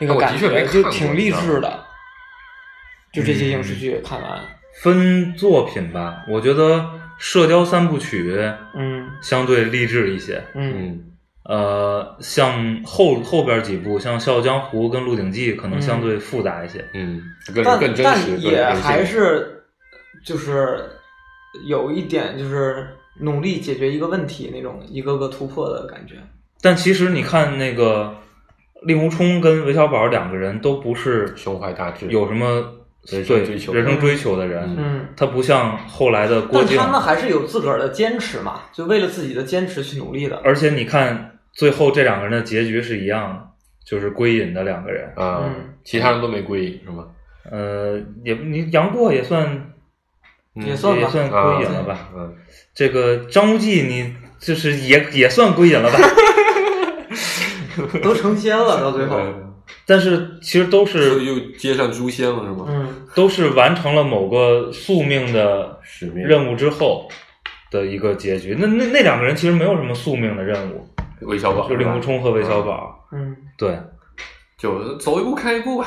Speaker 2: 那
Speaker 4: 哎
Speaker 2: 个
Speaker 4: 我的
Speaker 2: 感
Speaker 4: 确没
Speaker 2: 觉，
Speaker 4: 看
Speaker 2: 就
Speaker 4: 过嗯
Speaker 2: 挺
Speaker 4: 你
Speaker 2: 励
Speaker 4: 知道
Speaker 2: 志
Speaker 4: 吗
Speaker 2: 的。就这些影视剧看完，
Speaker 3: 分作品吧，我觉得《射雕三部曲》
Speaker 2: 嗯
Speaker 3: 相对励志一些，
Speaker 2: 嗯
Speaker 4: 嗯
Speaker 3: 呃，像后后边几部，像《笑傲江湖》跟《鹿鼎记》可能
Speaker 2: 嗯
Speaker 3: 相对复杂一些，
Speaker 4: 嗯，更
Speaker 2: 但
Speaker 4: 更真实，
Speaker 2: 但
Speaker 4: 更
Speaker 2: 也
Speaker 4: 人性
Speaker 2: 还是就是有一点就是努力解决一个问题那种一个个突破的感觉。
Speaker 3: 但其实你看那个令狐冲跟韦小宝两个人都不是
Speaker 4: 胸怀大志，
Speaker 3: 有什么
Speaker 4: 人生
Speaker 3: 对
Speaker 4: 追求
Speaker 3: 人生追求的人，
Speaker 2: 嗯，
Speaker 3: 他不像后来的郭
Speaker 2: 但
Speaker 3: 靖，
Speaker 2: 他们还是有自个儿的坚持嘛，就为了自己的坚持去努力的。
Speaker 3: 而且你看最后这两个人的结局是一样的，就是归隐的两个人，
Speaker 4: 啊、
Speaker 2: 嗯
Speaker 4: 其他人都没归隐是吗？
Speaker 3: 呃，也你杨过也算
Speaker 2: 也算
Speaker 3: 也
Speaker 2: 吧
Speaker 3: 算
Speaker 4: 啊
Speaker 3: 归隐了吧，
Speaker 4: 嗯，
Speaker 3: 这个张无忌你就是也也算归隐了吧，
Speaker 2: 都成仙了，到最后，
Speaker 3: 但是其实都
Speaker 4: 又
Speaker 3: 是
Speaker 4: 又接上诛仙了是吗？
Speaker 2: 嗯
Speaker 3: 都是完成了某个宿命的
Speaker 4: 使命
Speaker 3: 任务之后的一个结局。那那那两个人其实没有什么宿命的任务，
Speaker 4: 韦小宝
Speaker 3: 就是令狐
Speaker 4: 吧
Speaker 3: 冲和韦小宝。
Speaker 2: 嗯，
Speaker 3: 对
Speaker 4: 就走一步看一步吧。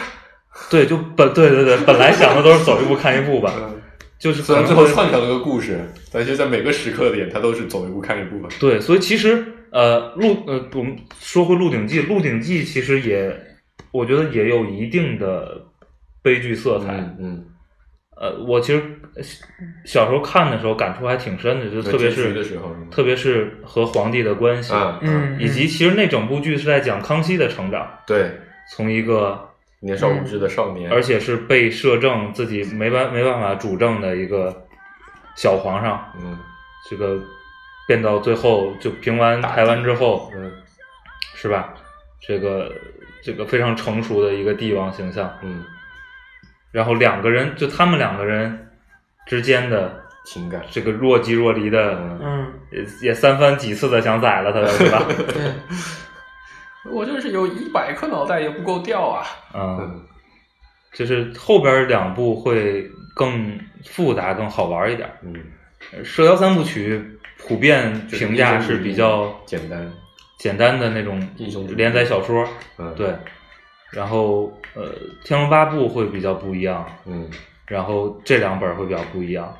Speaker 3: 对，就本对对对，本来想的都是走一步看一步吧，
Speaker 4: 嗯，
Speaker 3: 就是可
Speaker 4: 虽
Speaker 3: 能
Speaker 4: 然最后
Speaker 3: 会
Speaker 4: 串成了个故事，但是在每个时刻点，他都是走一步看一步吧。
Speaker 3: 对，所以其实呃，鹿呃，我们说回《鹿鼎记》，《鹿鼎记》其实也，我觉得也有一定的悲剧色彩。
Speaker 4: 嗯嗯，
Speaker 3: 呃，我其实小时候看的时候感触还挺深的，就特别
Speaker 4: 结局
Speaker 3: 是
Speaker 4: 的时候是吗
Speaker 3: 特别是和皇帝的关系，
Speaker 4: 啊
Speaker 2: 嗯
Speaker 3: 以及其实那整部剧是在讲康熙的成长，
Speaker 4: 对，
Speaker 3: 从一个
Speaker 4: 年少无知的少年，
Speaker 3: 而且是被摄政自己没办没办法主政的一个小皇上，
Speaker 4: 嗯
Speaker 3: 这个变到最后就平完台湾之后，
Speaker 4: 嗯
Speaker 3: 是吧？这个这个非常成熟的一个帝王形象，
Speaker 4: 嗯，
Speaker 3: 然后两个人就他们两个人之间的
Speaker 4: 情感，
Speaker 3: 这个若即若离的，
Speaker 2: 嗯，
Speaker 3: 也也三番几次的想宰了他的，是 吧？
Speaker 2: 对，
Speaker 4: 我就是有一百颗脑袋也不够掉啊。
Speaker 3: 嗯，
Speaker 4: 嗯
Speaker 3: 就是后边两部会更复杂、更好玩一点。
Speaker 4: 嗯，
Speaker 3: 《射雕三部曲》普遍
Speaker 4: 就是
Speaker 3: 评价
Speaker 4: 英雄
Speaker 3: 是
Speaker 4: 主义
Speaker 3: 比较
Speaker 4: 简单，
Speaker 3: 简单的那种
Speaker 4: 英雄主义
Speaker 3: 连载小说，
Speaker 4: 嗯
Speaker 3: 对，然后呃，《天龙八部》会比较不一样，
Speaker 4: 嗯
Speaker 3: 然后这两本儿会比较不一样。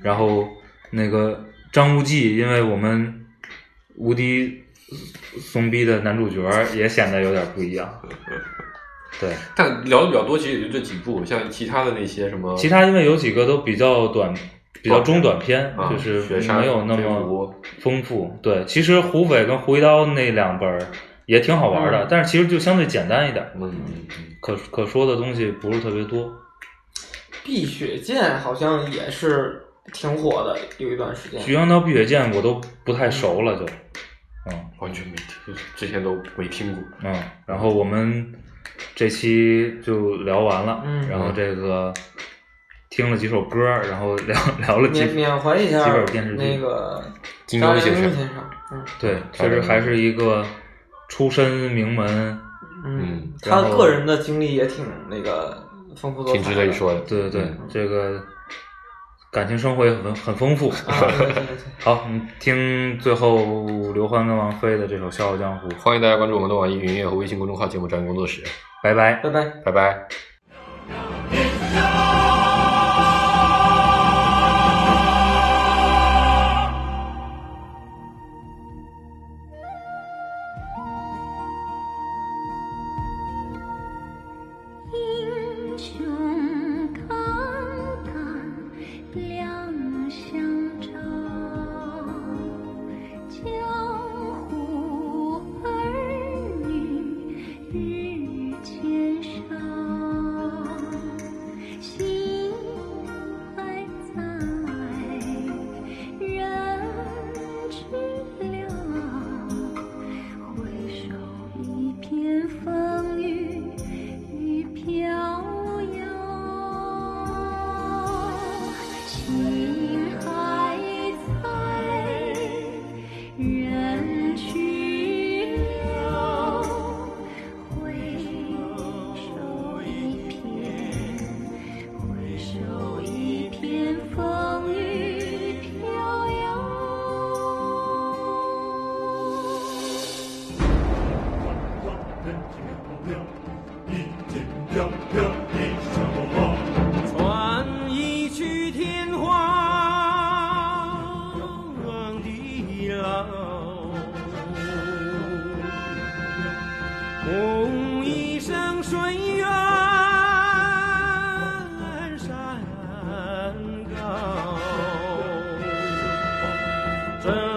Speaker 3: 然后那个张无忌，因为我们无敌怂逼的男主角儿也显得有点不一样。对，
Speaker 4: 但聊的比较多，其实也就这几部，像其他的那些什么，
Speaker 3: 其他因为有几个都比较短，比较中短篇，
Speaker 4: 啊
Speaker 3: 就是
Speaker 4: 雪山
Speaker 3: 没有那
Speaker 4: 飞
Speaker 3: 么
Speaker 4: 狐
Speaker 3: 丰富。对，其实胡斐跟胡一刀那两本儿也挺好玩儿的，但是其实就相对简单一点儿，
Speaker 4: 嗯嗯嗯
Speaker 3: 可可说的东西不是特别多。
Speaker 2: 碧血剑好像也是挺火的，有一段时间。
Speaker 3: 《菊阳刀碧血剑》我都不太熟了，就，嗯
Speaker 4: 完全没听，之前都没听过。
Speaker 3: 嗯。然后我们这期就聊完了，
Speaker 2: 嗯
Speaker 3: 然后这个听了几首歌，然后聊聊了几
Speaker 2: 缅缅怀一下
Speaker 3: 几本电视剧
Speaker 2: 那个
Speaker 4: 金
Speaker 2: 张
Speaker 4: 庸
Speaker 2: 良
Speaker 4: 先生
Speaker 2: 先生，嗯
Speaker 3: 对，确实还是一个出身名门，
Speaker 2: 嗯
Speaker 4: 嗯，
Speaker 2: 他
Speaker 3: 然后
Speaker 2: 个人的经历也挺那个丰富多彩
Speaker 4: 挺
Speaker 2: 的，
Speaker 4: 值得一说的。
Speaker 3: 对对对，
Speaker 4: 嗯
Speaker 3: 这个感情生活也很很丰富。
Speaker 2: 啊。对对对对
Speaker 3: 好，我们听最后刘欢跟王菲的这首《笑傲江湖》，
Speaker 4: 欢迎大家关注我们的网易云音乐和微信公众号“节目专业工作室
Speaker 3: 拜拜。
Speaker 2: 拜拜。”，
Speaker 4: 拜拜。
Speaker 5: 英雄肝胆两相照，江湖儿女日渐少，心还在，人知了。回首一片风雨与飘摇，心还在，人去了。回首一片，回首一片风雨飘摇。
Speaker 6: 传一曲天荒地老，共一生随缘山高。这